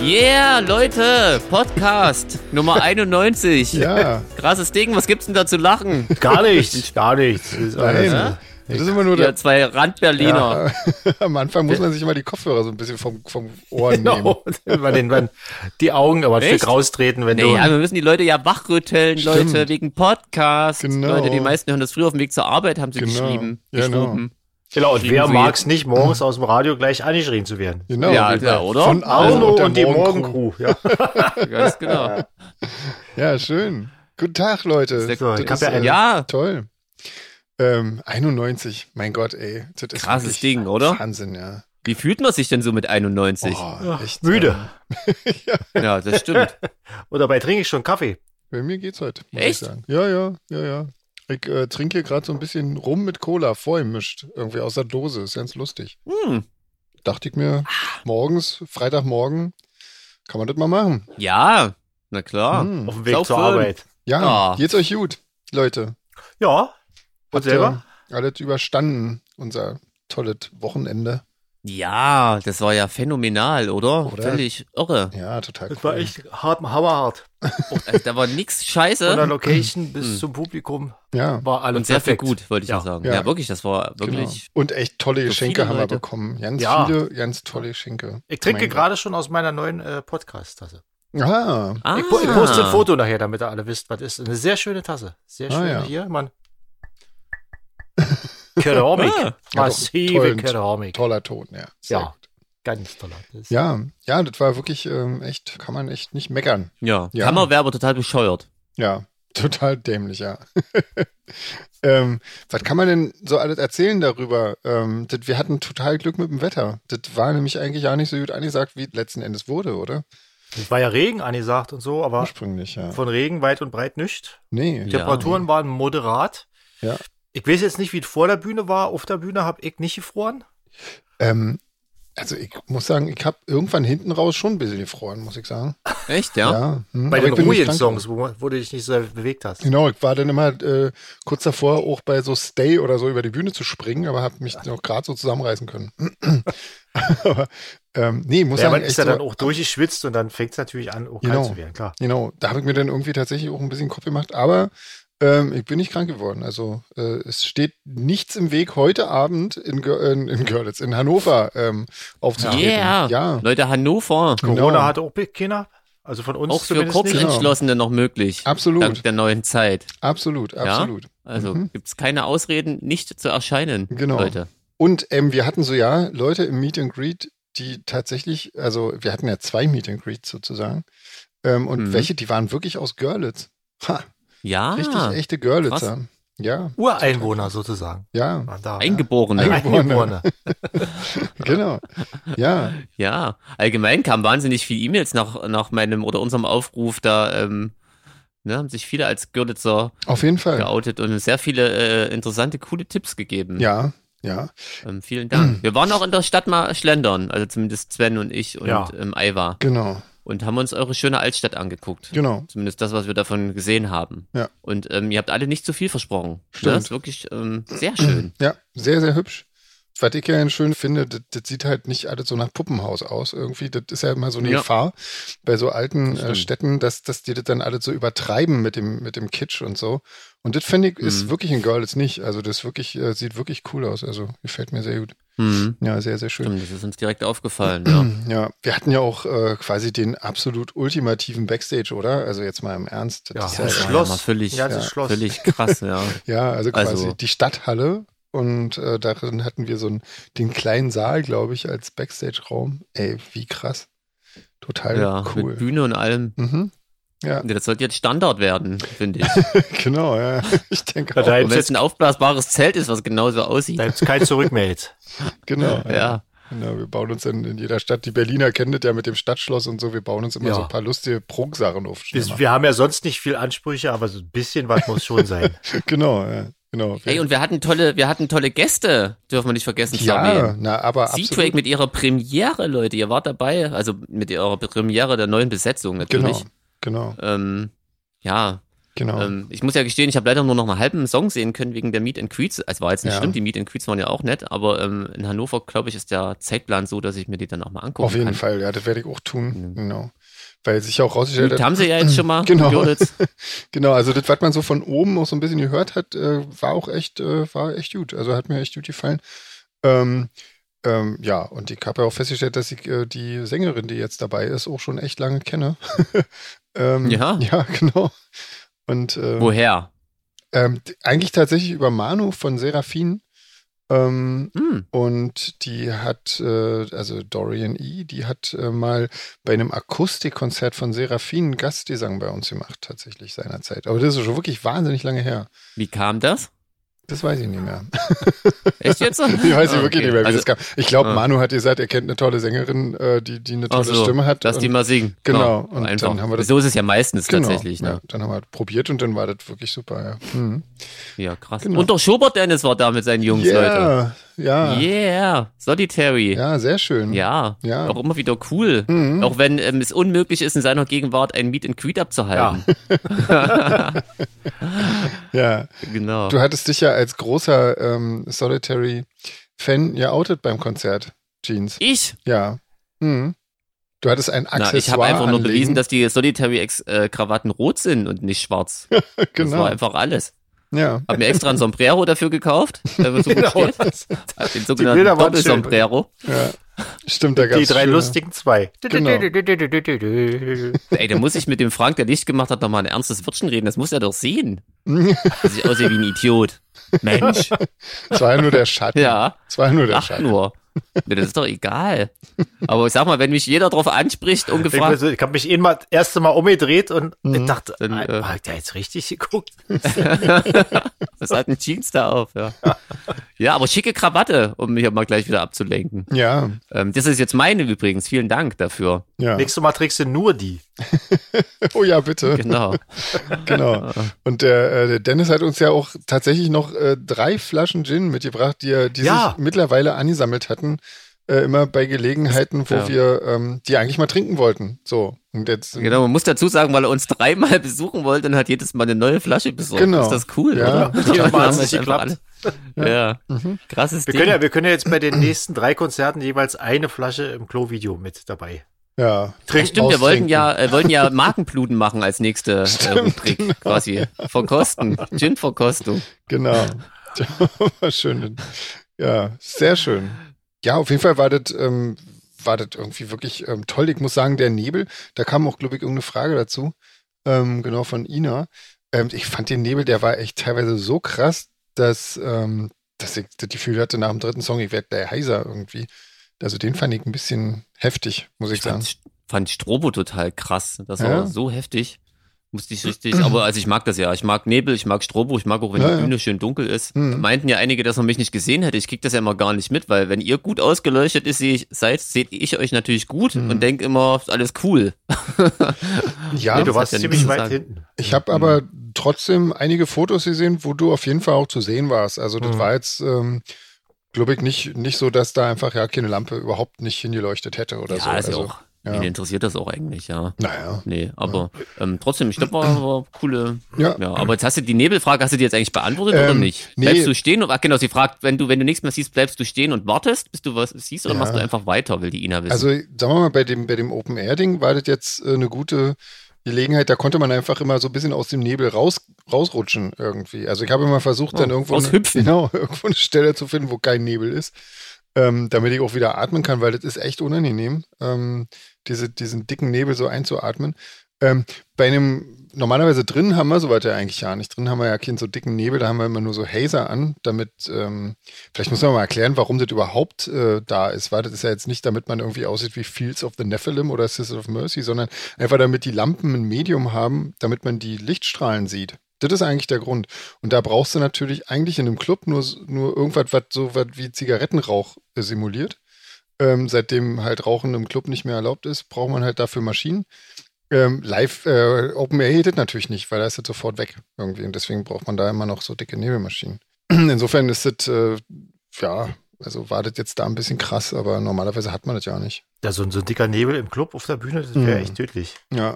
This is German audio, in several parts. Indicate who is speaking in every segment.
Speaker 1: Yeah, Leute, Podcast Nummer 91.
Speaker 2: Ja.
Speaker 1: Krasses Ding, was gibt's denn da zu lachen?
Speaker 3: Gar nichts, gar nichts. Ist alles-
Speaker 2: Nein. Das ist immer nur
Speaker 1: Ihr
Speaker 2: der,
Speaker 1: zwei Randberliner.
Speaker 2: am Anfang muss man sich immer die Kopfhörer so ein bisschen vom, vom Ohren nehmen.
Speaker 3: Genau. Bei den, wenn die Augen aber ein
Speaker 1: Echt?
Speaker 3: Stück raustreten, wenn
Speaker 1: Nee, also
Speaker 3: du.
Speaker 1: ja, wir müssen die Leute ja wachrütteln,
Speaker 2: Stimmt.
Speaker 1: Leute, wegen Podcast.
Speaker 2: Genau.
Speaker 1: Leute, die meisten hören das früh auf dem Weg zur Arbeit, haben sie
Speaker 2: Genau.
Speaker 1: geschrieben.
Speaker 2: Genau.
Speaker 1: geschrieben.
Speaker 3: Genau, und wer
Speaker 1: Sie-
Speaker 3: mag es nicht, morgens aus dem Radio gleich angeschrien zu werden?
Speaker 2: Genau.
Speaker 1: Ja, ja, oder?
Speaker 2: Von Arno und, der
Speaker 3: Arno Also und die
Speaker 2: Morgen.
Speaker 3: Morgencrew. Ja.
Speaker 1: Ganz genau.
Speaker 2: Ja, schön. Guten Tag, Leute.
Speaker 1: Sehr
Speaker 3: So,
Speaker 2: Das
Speaker 3: ich hab ja
Speaker 2: ist, äh,
Speaker 3: ein
Speaker 1: Ja,
Speaker 2: Toll. Ähm, 91, mein Gott, ey. Das ist
Speaker 1: Krasses
Speaker 2: wirklich
Speaker 1: Ding, oder?
Speaker 2: Wahnsinn, ja.
Speaker 1: wie fühlt man sich denn so mit 91?
Speaker 2: Oh, echt,
Speaker 3: müde.
Speaker 1: Ja, das stimmt.
Speaker 3: Und dabei trinke ich schon Kaffee.
Speaker 2: Bei mir geht's heute. muss
Speaker 1: Echt?
Speaker 2: Ich sagen. Ja, ja, ja, ja. Ich äh, trinke hier gerade so ein bisschen rum mit Cola vorgemischt. Irgendwie aus der Dose. Ist ganz lustig.
Speaker 1: Hm.
Speaker 2: Dachte ich mir, morgens, Freitagmorgen, kann man das mal machen.
Speaker 1: Ja, na klar.
Speaker 2: Hm.
Speaker 3: Auf dem Weg
Speaker 1: Sau
Speaker 3: zur
Speaker 1: voll.
Speaker 3: Arbeit.
Speaker 2: Ja,
Speaker 1: Ah.
Speaker 2: geht's euch gut, Leute.
Speaker 3: Ja. Und
Speaker 2: ihr
Speaker 3: selber?
Speaker 2: Alles überstanden, unser tolles Wochenende.
Speaker 1: Ja, das war ja phänomenal, oder?
Speaker 2: Oder?
Speaker 1: Völlig irre.
Speaker 2: Ja, total
Speaker 3: Das
Speaker 2: cool.
Speaker 3: war echt hart, hammerhart.
Speaker 1: Also, da war nix
Speaker 3: Von der
Speaker 1: scheiße
Speaker 3: Location bis
Speaker 1: Hm.
Speaker 3: zum Publikum
Speaker 2: Ja,
Speaker 3: war alles
Speaker 1: und sehr viel
Speaker 3: perfekt.
Speaker 1: gut, wollte ich
Speaker 3: Ja.
Speaker 1: ja sagen.
Speaker 2: Ja.
Speaker 1: Ja. wirklich, das war wirklich.
Speaker 2: Genau. Und echt tolle
Speaker 1: So
Speaker 2: Geschenke
Speaker 1: viele
Speaker 2: haben wir
Speaker 1: Leute.
Speaker 2: bekommen. Ganz
Speaker 3: Ja.
Speaker 2: viele, ganz tolle Geschenke.
Speaker 3: Ich trinke
Speaker 2: Mein
Speaker 3: gerade schon aus meiner neuen äh, Podcast-Tasse.
Speaker 2: Gott. Ah,
Speaker 1: Ah,
Speaker 3: Ich, po- ich poste ein Foto nachher, damit ihr alle wisst, was ist. Eine sehr schöne Tasse. Sehr
Speaker 2: Ah,
Speaker 3: schön
Speaker 2: ja.
Speaker 3: hier, man. Keramik.
Speaker 1: Ah.
Speaker 3: Massive
Speaker 2: Ja, doch, toll.
Speaker 3: Keramik.
Speaker 2: toller Ton, ja. Sehr
Speaker 3: Ja.
Speaker 2: gut.
Speaker 3: Ganz toller. Das-
Speaker 2: Ja, ja, das war wirklich ähm, echt, kann man echt nicht meckern.
Speaker 1: Ja,
Speaker 2: Ja.
Speaker 1: Kammerwerber total bescheuert.
Speaker 2: Ja, total dämlich, ja. ähm, was kann man denn so alles erzählen darüber? Ähm, das, wir hatten total Glück mit dem Wetter. Das war nämlich eigentlich auch nicht so gut angesagt, wie es letzten Endes wurde, oder?
Speaker 3: Es war ja Regen angesagt und so, aber
Speaker 2: Ursprünglich, ja.
Speaker 3: von Regen weit und breit nicht.
Speaker 2: Nee.
Speaker 1: Ja.
Speaker 3: Temperaturen waren moderat.
Speaker 2: Ja.
Speaker 3: Ich weiß jetzt nicht, wie es vor der Bühne war. Auf der Bühne habe ich nicht gefroren.
Speaker 2: Ähm, also ich muss sagen, ich habe irgendwann hinten raus schon ein bisschen gefroren, muss ich sagen.
Speaker 1: Echt, ja?
Speaker 2: hm. Aber
Speaker 3: Bei
Speaker 2: ich bin
Speaker 3: den
Speaker 2: nicht krank
Speaker 3: Ruhigen-Songs, wo, wo du dich nicht so bewegt hast.
Speaker 2: Genau, ich war dann immer äh, kurz davor, auch bei so Stay oder so über die Bühne zu springen, aber habe mich noch gerade so zusammenreißen können. aber, ähm, nee, muss
Speaker 3: Ja, man
Speaker 2: sagen, echt
Speaker 3: ist ja
Speaker 2: so,
Speaker 3: dann auch durchgeschwitzt und dann fängt es natürlich an, auch
Speaker 2: Genau.
Speaker 3: kalt zu werden, klar.
Speaker 2: genau, da habe ich mir dann irgendwie tatsächlich auch ein bisschen Kopf gemacht, aber ähm, ich bin nicht krank geworden. Also äh, es steht nichts im Weg, heute Abend in, Gör- in, in Görlitz, in Hannover ähm, aufzutreten.
Speaker 1: Yeah.
Speaker 2: Ja,
Speaker 1: Leute, Hannover.
Speaker 2: Genau.
Speaker 3: Corona hatte auch keiner. Also von uns
Speaker 1: Auch für
Speaker 3: zumindest nicht.
Speaker 1: Kurzentschlossene noch möglich.
Speaker 2: absolut,
Speaker 1: Dank der neuen Zeit.
Speaker 2: absolut, absolut.
Speaker 1: Also
Speaker 2: Mhm.
Speaker 1: gibt's keine Ausreden, nicht zu erscheinen,
Speaker 2: Genau.
Speaker 1: Leute.
Speaker 2: Und ähm, wir hatten so ja Leute im Meet and Greet, die tatsächlich, also wir hatten ja zwei Meet and Greets sozusagen. Ähm, und
Speaker 1: Mhm. Ah,
Speaker 2: welche, die waren wirklich aus Görlitz. Ha,
Speaker 1: Ja,
Speaker 2: richtig echte Görlitzer. Ja,
Speaker 3: Ureinwohner sozusagen.
Speaker 2: ja,
Speaker 3: Waren da.
Speaker 1: Eingeborene.
Speaker 2: Einge-
Speaker 3: Eingeborene.
Speaker 2: genau. Ja,
Speaker 1: Ja, allgemein kamen wahnsinnig viele E-Mails nach, nach meinem oder unserem Aufruf. Da ähm, ne, haben sich viele als Görlitzer
Speaker 2: auf jeden Fall.
Speaker 1: geoutet und sehr viele äh, interessante, coole Tipps gegeben.
Speaker 2: Ja, ja.
Speaker 1: Ähm, vielen Dank. Wir waren auch in der Stadt mal schlendern, also zumindest Sven und ich und
Speaker 3: Ja.
Speaker 1: ähm, Aiwa
Speaker 2: Genau,
Speaker 1: und haben uns eure schöne Altstadt angeguckt.
Speaker 2: genau.
Speaker 1: Zumindest das, was wir davon gesehen haben.
Speaker 2: Ja.
Speaker 1: Und ähm, ihr habt alle nicht zu viel versprochen.
Speaker 2: Stimmt.
Speaker 1: Das ist wirklich ähm, sehr schön.
Speaker 2: Ja, sehr, sehr hübsch. Was ich ja schön finde, das, das sieht halt nicht alles so nach Puppenhaus aus irgendwie. Das ist ja immer so eine
Speaker 1: Ja.
Speaker 2: Gefahr bei so alten
Speaker 1: Das
Speaker 2: äh,
Speaker 1: stimmt.
Speaker 2: Städten, dass, dass die das dann alles so übertreiben mit dem, mit dem Kitsch und so. Und das finde ich, ist
Speaker 1: Mhm.
Speaker 2: wirklich in Görlitz nicht. Also das wirklich, äh, sieht wirklich cool aus. Also gefällt mir sehr gut.
Speaker 1: Hm.
Speaker 2: Ja, sehr, sehr schön.
Speaker 1: Stimmt, das ist uns direkt aufgefallen. Ja.
Speaker 2: Mhm. Ja, wir hatten ja auch äh, quasi den absolut ultimativen Backstage, oder? Also jetzt mal im Ernst.
Speaker 3: Ja,
Speaker 2: Das
Speaker 3: das
Speaker 2: ist
Speaker 1: war
Speaker 2: ja,
Speaker 3: Schloss.
Speaker 1: mal völlig,
Speaker 3: Ja, das
Speaker 2: Ja.
Speaker 3: Schloss.
Speaker 1: völlig krass, ja.
Speaker 2: ja, also quasi
Speaker 1: Also-
Speaker 2: die Stadthalle. Und äh, darin hatten wir so einen, den kleinen Saal, glaube ich, als Backstage-Raum. Ey, wie krass. Total
Speaker 1: ja Mit
Speaker 2: cool.
Speaker 1: Bühne und allem.
Speaker 2: Mhm.
Speaker 1: Ja, Das sollte jetzt Standard werden, finde ich.
Speaker 2: Genau, ja. Ich denke
Speaker 3: Ja,
Speaker 2: auch.
Speaker 3: da
Speaker 1: Und wenn es ein aufblasbares Zelt ist, was genauso aussieht.
Speaker 3: Da gibt es kein Zurück mehr jetzt.
Speaker 2: Genau.
Speaker 1: Ja,
Speaker 2: Genau, wir bauen uns in, in jeder Stadt, die Berliner kennen das ja mit dem Stadtschloss und so, wir bauen uns immer
Speaker 3: Ja.
Speaker 2: so ein paar lustige Prunksachen auf. schnell
Speaker 3: Wir,
Speaker 2: mal.
Speaker 3: wir haben ja sonst nicht viel Ansprüche, aber so ein bisschen was muss schon sein.
Speaker 2: Genau, ja. Genau.
Speaker 1: Ey, und wir hatten tolle, wir hatten tolle Gäste, dürfen wir nicht vergessen zu
Speaker 2: ja,
Speaker 1: erwähnen.
Speaker 2: na, aber
Speaker 1: C-Track
Speaker 2: absolut.
Speaker 1: mit ihrer Premiere, Leute, ihr wart dabei, also mit ihrer Premiere der neuen Besetzung natürlich.
Speaker 2: Genau, genau.
Speaker 1: Ähm, ja,
Speaker 2: Genau.
Speaker 1: Ähm, ich muss ja gestehen, ich habe leider nur noch einen halben Song sehen können wegen der Meet and Greets. Es war jetzt nicht
Speaker 2: Ja.
Speaker 1: schlimm, die Meet and Greets waren ja auch nett, aber ähm, in Hannover, glaube ich, ist der Zeitplan so, dass ich mir die dann auch mal angucken
Speaker 2: Auf jeden
Speaker 1: kann.
Speaker 2: Fall, ja, das werde ich auch tun.
Speaker 1: Mhm.
Speaker 2: Genau. Weil sich ja auch rausgestellt
Speaker 1: Gut,
Speaker 2: hat,
Speaker 1: haben sie ja jetzt schon mal
Speaker 2: Genau.
Speaker 1: Görlitz.
Speaker 2: genau, also das, was man so von oben auch so ein bisschen gehört hat, äh, war auch echt, äh, war echt gut. Also hat mir echt gut gefallen. Ähm, ähm, ja, und ich habe ja auch festgestellt, dass ich äh, die Sängerin, die jetzt dabei ist, auch schon echt lange kenne. ähm,
Speaker 1: Ja.
Speaker 2: Ja, genau. Und äh,
Speaker 1: Woher?
Speaker 2: ähm, d- eigentlich tatsächlich über Manu von Seraphin. Ähm,
Speaker 1: Hm.
Speaker 2: und die hat, äh, also Dorian E., die hat äh, mal bei einem Akustikkonzert von Seraphin einen Gastgesang bei uns gemacht, tatsächlich seinerzeit. Aber das ist schon wirklich wahnsinnig lange her.
Speaker 1: Wie kam das?
Speaker 2: Das weiß ich nicht mehr.
Speaker 1: Echt jetzt?
Speaker 2: Ich weiß
Speaker 1: Ah,
Speaker 2: ich wirklich
Speaker 1: okay.
Speaker 2: nicht mehr, wie
Speaker 1: also,
Speaker 2: das kam. Ich glaube,
Speaker 1: ah.
Speaker 2: Manu hat gesagt, er kennt eine tolle Sängerin, äh, die, die eine tolle
Speaker 1: Ach so,
Speaker 2: Stimme hat.
Speaker 1: Lass die
Speaker 2: und,
Speaker 1: mal singen.
Speaker 2: Genau, und
Speaker 1: einfach.
Speaker 2: dann haben wir das-
Speaker 1: so ist es ja meistens
Speaker 2: genau,
Speaker 1: tatsächlich. Ne?
Speaker 2: Ja, dann haben wir das probiert und dann war das wirklich super, ja. Hm.
Speaker 1: Ja. krass.
Speaker 2: Genau.
Speaker 1: Und auch Schubert Dennis war da mit seinen Jungs, Leute.
Speaker 2: yeah, ja,
Speaker 1: Yeah, Solitary.
Speaker 2: ja, sehr schön.
Speaker 1: Ja,
Speaker 2: Ja.
Speaker 1: auch immer wieder cool.
Speaker 2: Mhm.
Speaker 1: Auch wenn ähm, es unmöglich ist, in seiner Gegenwart ein Meet and Greet abzuhalten.
Speaker 2: ja.
Speaker 1: Genau.
Speaker 2: Du hattest dich ja als großer ähm, Solitary-Fan ja outet beim Konzert, Jeans.
Speaker 1: ich?
Speaker 2: Ja. Hm. Du hattest ein
Speaker 1: Na,
Speaker 2: Accessoire.
Speaker 1: ich habe einfach nur
Speaker 2: anlegen.
Speaker 1: bewiesen, dass die Solitary-Krawatten rot sind und nicht schwarz. Das
Speaker 2: genau.
Speaker 1: war einfach alles.
Speaker 2: ja.
Speaker 1: Hab mir extra ein Sombrero dafür gekauft, wenn man so
Speaker 2: Genau.
Speaker 1: gut steht. Hab Den sogenannten
Speaker 3: Bilder waren
Speaker 1: Doppelsombrero.
Speaker 2: ja. Stimmt, da gab's
Speaker 3: Die drei
Speaker 2: schöne-
Speaker 3: lustigen zwei.
Speaker 2: Genau.
Speaker 1: Ey, da muss ich mit dem Frank, der Licht gemacht hat, nochmal ein ernstes Wörtchen reden. Das muss er doch sehen. Dass ich aussehe wie ein Idiot. Mensch.
Speaker 2: Es war ja nur der Schatten.
Speaker 1: Ja.
Speaker 2: Es war ja nur der
Speaker 1: Ach
Speaker 2: Schatten.
Speaker 1: nur. Nee, das ist doch egal. Aber ich sag mal, wenn mich jeder drauf anspricht,
Speaker 3: Ich, bin
Speaker 1: ungefragt,
Speaker 3: so- ich habe mich eh mal das erste Mal umgedreht und ich dachte,
Speaker 1: Dann,
Speaker 3: ah,
Speaker 1: äh,
Speaker 3: hat der jetzt richtig geguckt?
Speaker 1: was hat ein Jeans da auf? Ja. ja, aber schicke Krawatte, um mich mal gleich wieder abzulenken.
Speaker 2: Ja,
Speaker 1: Ähm, das ist jetzt meine übrigens. Vielen Dank dafür.
Speaker 2: ja.
Speaker 3: Nächstes Mal trägst du nur die.
Speaker 2: Oh ja, bitte.
Speaker 1: Genau.
Speaker 2: Genau. Und der, äh, der Dennis hat uns ja auch tatsächlich noch äh, drei Flaschen Gin mitgebracht, die, er- die
Speaker 3: Ja.
Speaker 2: sich mittlerweile angesammelt hatten. Äh, immer bei Gelegenheiten, wo
Speaker 1: Ja.
Speaker 2: wir ähm, die eigentlich mal trinken wollten. So. Und jetzt.
Speaker 1: Genau, man muss dazu sagen, weil er uns dreimal besuchen wollte und hat jedes Mal eine neue Flasche besorgt.
Speaker 2: Genau.
Speaker 1: Ist das cool,
Speaker 2: Ja.
Speaker 1: oder?
Speaker 3: Ja,
Speaker 1: Dann
Speaker 3: mal
Speaker 1: haben
Speaker 3: hat's
Speaker 1: wir es
Speaker 3: nicht
Speaker 1: einfach
Speaker 3: geklappt.
Speaker 1: alle. Ja, krasses
Speaker 3: Mhm. Wir
Speaker 1: Ding.
Speaker 3: können, ja, wir können ja jetzt bei den nächsten drei Konzerten jeweils eine Flasche im Klo-Video mit dabei.
Speaker 1: Ja,
Speaker 2: Ja.
Speaker 1: stimmt, wir
Speaker 2: austrinken.
Speaker 1: wollten ja, äh, wollten ja Markenbluten machen als nächste äh, Rubrik
Speaker 3: genau.
Speaker 1: quasi. Verkosten. Gin-Verkostung.
Speaker 2: Genau. War schön. Ja, sehr schön. Ja, auf jeden Fall war das, ähm, war das irgendwie wirklich ähm, toll. Ich muss sagen, der Nebel, da kam auch, glaube ich, irgendeine Frage dazu. Ähm, genau, von Ina. Ähm, ich fand den Nebel, der war echt teilweise so krass, dass, ähm, dass ich das Gefühl hatte, nach dem dritten Song, ich werde der heiser irgendwie. Also den fand ich ein bisschen heftig, muss ich,
Speaker 1: Ich
Speaker 2: sagen.
Speaker 1: fand, fand Strobo total krass. Das
Speaker 2: Ja.
Speaker 1: war so heftig. Musste ich richtig, aber also ich mag das ja. Ich mag Nebel, ich mag Strobo, ich mag auch, wenn
Speaker 2: Ja,
Speaker 1: die
Speaker 2: ja.
Speaker 1: Bühne schön dunkel ist.
Speaker 2: Mhm.
Speaker 1: Meinten ja einige, dass man mich nicht gesehen hätte. Ich krieg das ja immer gar nicht mit, weil wenn ihr gut ausgeleuchtet ist, sehe ich, seid, seht ich euch natürlich gut
Speaker 2: Mhm.
Speaker 1: und denk immer, ist alles cool.
Speaker 2: Ja,
Speaker 3: nee, du
Speaker 1: das
Speaker 3: warst
Speaker 1: hat ja nichts
Speaker 3: ziemlich
Speaker 1: zu
Speaker 3: weit
Speaker 1: sagen.
Speaker 3: hinten.
Speaker 2: Ich habe aber trotzdem einige Fotos gesehen, wo du auf jeden Fall auch zu sehen warst. Also das
Speaker 3: Mhm.
Speaker 2: war jetzt, ähm, glaube ich, nicht, nicht so, dass da einfach ja keine Lampe überhaupt nicht hingeleuchtet hätte oder so.
Speaker 1: ja, ist ja
Speaker 2: also,
Speaker 1: auch.
Speaker 2: ja.
Speaker 1: Wen interessiert das auch eigentlich, ja.
Speaker 2: Naja.
Speaker 1: Nee, aber ähm, trotzdem, ich glaube, war, war coole.
Speaker 2: Ja.
Speaker 1: ja. Aber jetzt hast du die Nebelfrage, hast du die jetzt eigentlich beantwortet oder
Speaker 2: Ähm,
Speaker 1: nicht?
Speaker 2: nee.
Speaker 1: Bleibst du stehen? Ach genau, sie fragt, wenn du, wenn du nichts mehr siehst, bleibst du stehen und wartest, bis du was siehst oder
Speaker 2: Ja.
Speaker 1: machst du einfach weiter, will die Ina wissen.
Speaker 2: Also sagen wir mal, bei dem, bei dem Open-Air-Ding war das jetzt äh, eine gute Gelegenheit. Da konnte man einfach immer so ein bisschen aus dem Nebel raus, rausrutschen irgendwie. Also ich habe immer versucht, dann
Speaker 1: Ja,
Speaker 2: irgendwo,
Speaker 1: raushüpfen.
Speaker 2: genau, irgendwo eine Stelle zu finden, wo kein Nebel ist. Ähm, damit ich auch wieder atmen kann, weil das ist echt unangenehm, ähm, diese, diesen dicken Nebel so einzuatmen. Ähm, bei einem, normalerweise drin haben wir soweit ja eigentlich ja nicht. Drin haben wir ja keinen so dicken Nebel, da haben wir immer nur so Hazer an, damit, ähm, vielleicht muss man mal erklären, warum das überhaupt äh, da ist. Weil das ist ja jetzt nicht, damit man irgendwie aussieht wie Fields of the Nephilim oder Sisters of Mercy, sondern einfach damit die Lampen ein Medium haben, damit man die Lichtstrahlen sieht. Das ist eigentlich der Grund. Und da brauchst du natürlich eigentlich in einem Club nur, nur irgendwas, was so was wie Zigarettenrauch äh, simuliert. Ähm, seitdem halt Rauchen im Club nicht mehr erlaubt ist, braucht man halt dafür Maschinen. Ähm, live, äh, Open Air hittet natürlich nicht, weil da ist es sofort weg irgendwie. Und deswegen braucht man da immer noch so dicke Nebelmaschinen. Insofern ist das, äh, ja, also wartet jetzt da ein bisschen krass, aber normalerweise hat man das ja nicht.
Speaker 3: Ja, so, ein- so ein dicker Nebel im Club auf der Bühne, das wäre
Speaker 2: Mhm.
Speaker 3: echt tödlich.
Speaker 2: Ja,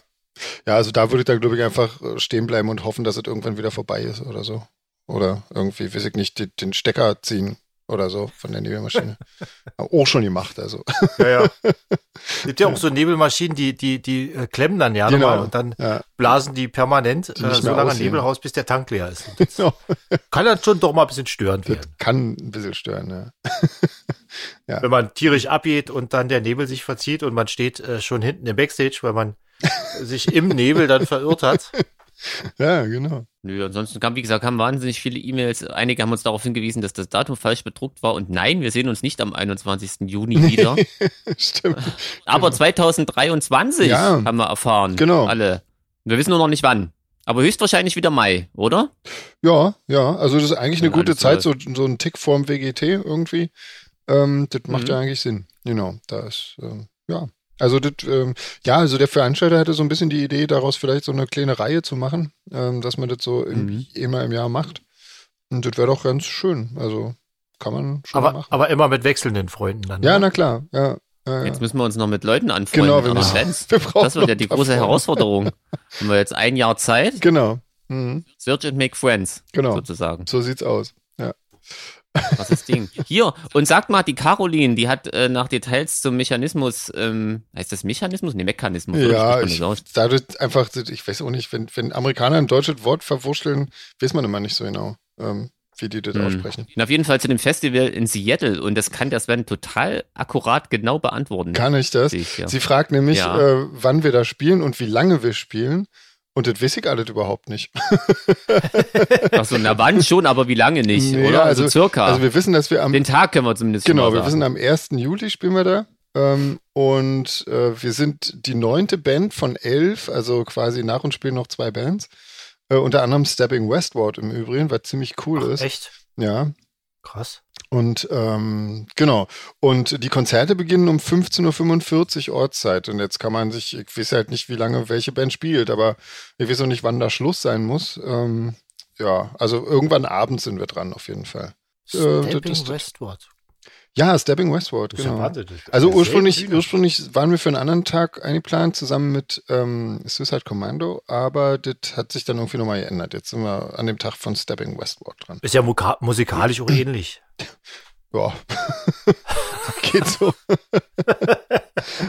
Speaker 2: Ja, also da würde ich dann, glaube ich, einfach äh, stehen bleiben und hoffen, dass es irgendwann wieder vorbei ist oder so. Oder irgendwie, weiß ich nicht, den, den Stecker ziehen oder so von der Nebelmaschine. Aber auch schon gemacht, also.
Speaker 3: Ja, ja. Gibt ja auch so Nebelmaschinen, die, die, die äh, klemmen dann ja
Speaker 2: Genau.
Speaker 3: nochmal und dann
Speaker 2: Ja,
Speaker 3: blasen die permanent
Speaker 2: Die
Speaker 3: äh,
Speaker 2: nicht
Speaker 3: so
Speaker 2: mehr
Speaker 3: lange
Speaker 2: aussehen.
Speaker 3: Nebel raus, bis der Tank leer ist.
Speaker 2: genau.
Speaker 3: Kann dann schon doch mal ein bisschen störend
Speaker 2: Das
Speaker 3: werden.
Speaker 2: kann ein bisschen stören, ja.
Speaker 3: Wenn man tierisch abgeht und dann der Nebel sich verzieht und man steht äh, schon hinten im Backstage, weil man sich im Nebel dann verirrt hat.
Speaker 2: Ja, genau.
Speaker 1: Nö, ansonsten kam, wie gesagt, kamen wahnsinnig viele E-Mails. Einige haben uns darauf hingewiesen, dass das Datum falsch bedruckt war. Und nein, wir sehen uns nicht am 21. Juni wieder.
Speaker 2: Genau. Stimmt.
Speaker 1: Aber 2023
Speaker 2: Ja.
Speaker 1: haben wir erfahren.
Speaker 2: Genau.
Speaker 1: Alle. Wir wissen nur noch nicht wann. Aber höchstwahrscheinlich wieder Mai, oder?
Speaker 2: Ja, ja. Also das ist eigentlich eine
Speaker 1: Wenn
Speaker 2: gute
Speaker 1: alles
Speaker 2: Zeit, so, so ein Tick vorm WGT irgendwie. Ähm, das macht
Speaker 1: Mhm.
Speaker 2: ja eigentlich Sinn. Genau. Da ist, ähm, ja. Also das, ähm, ja, also der Veranstalter hatte so ein bisschen die Idee, daraus vielleicht so eine kleine Reihe zu machen, ähm, dass man das so im,
Speaker 1: Mhm.
Speaker 2: immer im Jahr macht. Und das wäre doch ganz schön. Also kann man schon mal
Speaker 3: Aber,
Speaker 2: machen.
Speaker 3: aber immer mit wechselnden Freunden dann.
Speaker 2: Ja,
Speaker 3: ne?
Speaker 2: na klar. Ja, ja, ja.
Speaker 1: Jetzt müssen wir uns noch mit Leuten anfreunden.
Speaker 2: Genau, wir
Speaker 1: Aber
Speaker 2: müssen-
Speaker 1: Sven's,
Speaker 2: wir brauchen
Speaker 1: das wird ja
Speaker 2: noch
Speaker 1: die
Speaker 2: ein paar
Speaker 1: große
Speaker 2: Freunde.
Speaker 1: Herausforderung. Haben wir jetzt ein Jahr Zeit?
Speaker 2: Genau. Mhm.
Speaker 1: Search and make friends,
Speaker 2: Genau.
Speaker 1: sozusagen.
Speaker 2: So sieht's aus. Ja.
Speaker 1: Was ist Ding? Hier, und sag mal, die Caroline, die hat äh, nach Details zum Mechanismus, ähm, heißt das Mechanismus? Nee, Mechanismus. oder?
Speaker 2: Ja,
Speaker 1: Ich,
Speaker 2: ich,
Speaker 1: spreche mal so aus.
Speaker 2: dadurch einfach, ich weiß auch nicht, wenn, wenn Amerikaner ein deutsches Wort verwurschteln, weiß man immer nicht so genau, ähm, wie die das
Speaker 1: Hm.
Speaker 2: aussprechen.
Speaker 1: Und auf jeden Fall zu dem Festival in Seattle. Und das kann der Sven total akkurat genau beantworten.
Speaker 2: Kann ich das?
Speaker 1: Sehe ich, ja.
Speaker 2: Sie fragt nämlich,
Speaker 1: Ja.
Speaker 2: äh, wann wir da spielen und wie lange wir spielen. Und das weiß ich alles überhaupt nicht.
Speaker 1: Ach so, na wann schon, aber wie lange nicht,
Speaker 2: Nee,
Speaker 1: oder? Also,
Speaker 2: also-
Speaker 1: circa.
Speaker 2: Also wir wissen, dass wir am,
Speaker 1: den Tag können wir zumindest schon
Speaker 2: genau,
Speaker 1: mal
Speaker 2: wir
Speaker 1: sagen.
Speaker 2: wissen, am 1. Juli spielen wir da. Ähm, und äh, wir sind die neunte Band von elf, also quasi nach uns spielen noch zwei Bands. Äh, unter anderem Stepping Westward im Übrigen, was ziemlich cool
Speaker 3: Ach,
Speaker 2: ist.
Speaker 3: echt?
Speaker 2: Ja,
Speaker 3: Krass.
Speaker 2: Und ähm, genau. Und die Konzerte beginnen um 15.45 Uhr Ortszeit. Und jetzt kann man sich, ich weiß halt nicht, wie lange welche Band spielt, aber ich weiß auch nicht, wann da Schluss sein muss. Ähm, ja, also irgendwann abends sind wir dran, auf jeden Fall. Äh, das
Speaker 3: Stepping
Speaker 2: ist-
Speaker 3: Westward.
Speaker 2: Ja, Stepping Westward,
Speaker 3: Das ist ja
Speaker 2: genau.
Speaker 3: Wahnsinn. Das-
Speaker 2: Also
Speaker 3: das ist
Speaker 2: ursprünglich,
Speaker 3: selten.
Speaker 2: ursprünglich waren wir für einen anderen Tag eingeplant, zusammen mit ähm, Suicide Commando, aber das hat sich dann irgendwie nochmal geändert. Jetzt sind wir an dem Tag von Stepping Westward dran.
Speaker 3: Ist ja muka- musikalisch auch ähnlich.
Speaker 2: Ja. Geht so.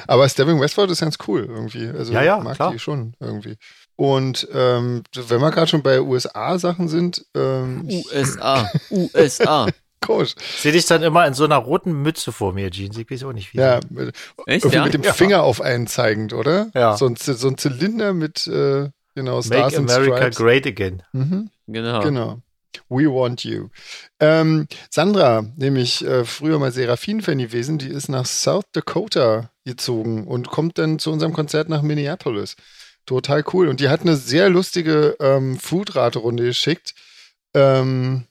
Speaker 2: Aber Stepping Westward ist ganz cool irgendwie. Also
Speaker 3: Ja, ja,
Speaker 2: mag
Speaker 3: klar.
Speaker 2: die schon irgendwie. Und ähm, wenn wir gerade schon bei USA-Sachen sind, ähm,
Speaker 1: USA, USA.
Speaker 2: Coach.
Speaker 3: Ich sehe dich dann immer in so einer roten Mütze vor mir, Jeans. Ich weiß auch nicht, wie.
Speaker 2: Ja, mit,
Speaker 1: Echt,
Speaker 2: irgendwie
Speaker 1: ja?
Speaker 2: mit dem
Speaker 3: Ja.
Speaker 2: Finger auf einen zeigend, oder?
Speaker 3: Ja.
Speaker 2: So ein, Z- so ein Zylinder mit, äh, genau, Stars
Speaker 3: Make
Speaker 2: and
Speaker 3: America
Speaker 2: Stripes.
Speaker 3: Great Again.
Speaker 2: Mhm,
Speaker 1: Genau.
Speaker 2: Genau. We want you. Ähm, Sandra, nämlich äh, früher mal Seraphin-Fan gewesen, die ist nach South Dakota gezogen und kommt dann zu unserem Konzert nach Minneapolis. Total cool. Und die hat eine sehr lustige ähm, Foodrate-Runde geschickt. Ähm,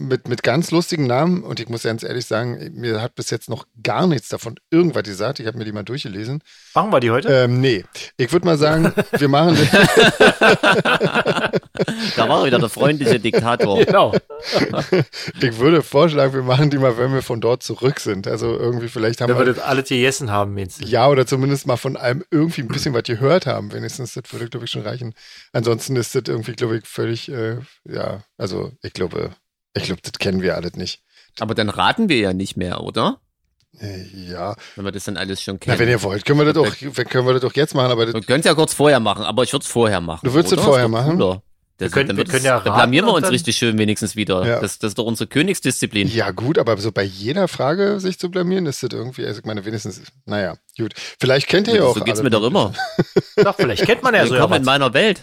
Speaker 2: mit, mit ganz lustigen Namen. Und ich muss ganz ehrlich sagen, mir hat bis jetzt noch gar nichts davon irgendwas gesagt. Ich habe mir die mal durchgelesen.
Speaker 3: Machen wir die heute?
Speaker 2: Ähm, nee, ich würde mal sagen, wir machen.
Speaker 1: Da war wieder der freundliche Diktator.
Speaker 3: Genau.
Speaker 2: Ich würde vorschlagen, wir machen die mal, wenn wir von dort zurück sind. Also irgendwie vielleicht haben
Speaker 3: Wenn wir
Speaker 2: wir
Speaker 3: das alle gegessen haben, meinst du?
Speaker 2: ja oder zumindest mal von allem irgendwie ein bisschen was gehört haben. Wenigstens das würde, glaube ich, schon reichen. Ansonsten ist das irgendwie, glaube ich, völlig, äh, ja, also ich glaube, ich glaube, das kennen wir alles nicht.
Speaker 1: Aber dann raten wir ja nicht mehr, oder?
Speaker 2: Äh, Ja,
Speaker 1: Wenn wir das dann alles schon
Speaker 2: na, wenn
Speaker 1: kennen.
Speaker 2: ihr wollt, können wir das doch, können wir das doch jetzt machen, aber das,
Speaker 1: wir können es ja kurz vorher machen, aber ich würde es vorher machen.
Speaker 2: Du würdest
Speaker 1: oder?
Speaker 2: es vorher
Speaker 1: Ist doch
Speaker 2: machen?
Speaker 1: cooler. Das,
Speaker 3: Wir können-
Speaker 1: dann
Speaker 3: wir
Speaker 1: wird
Speaker 3: können
Speaker 1: es-
Speaker 3: ja
Speaker 1: dann
Speaker 3: raten
Speaker 1: blamieren wir
Speaker 3: und
Speaker 1: uns
Speaker 3: dann-
Speaker 1: richtig schön wenigstens wieder.
Speaker 2: Ja.
Speaker 1: Das, das ist doch unsere Königsdisziplin.
Speaker 2: ja gut, aber so bei jeder Frage sich zu blamieren, ist das irgendwie, also ich meine, wenigstens, naja, gut. Vielleicht kennt ihr ja auch
Speaker 1: so geht's mir
Speaker 2: alle-
Speaker 1: doch immer.
Speaker 3: Doch, vielleicht kennt man ja so. Ja,
Speaker 1: Willkommen in
Speaker 3: was.
Speaker 1: meiner Welt.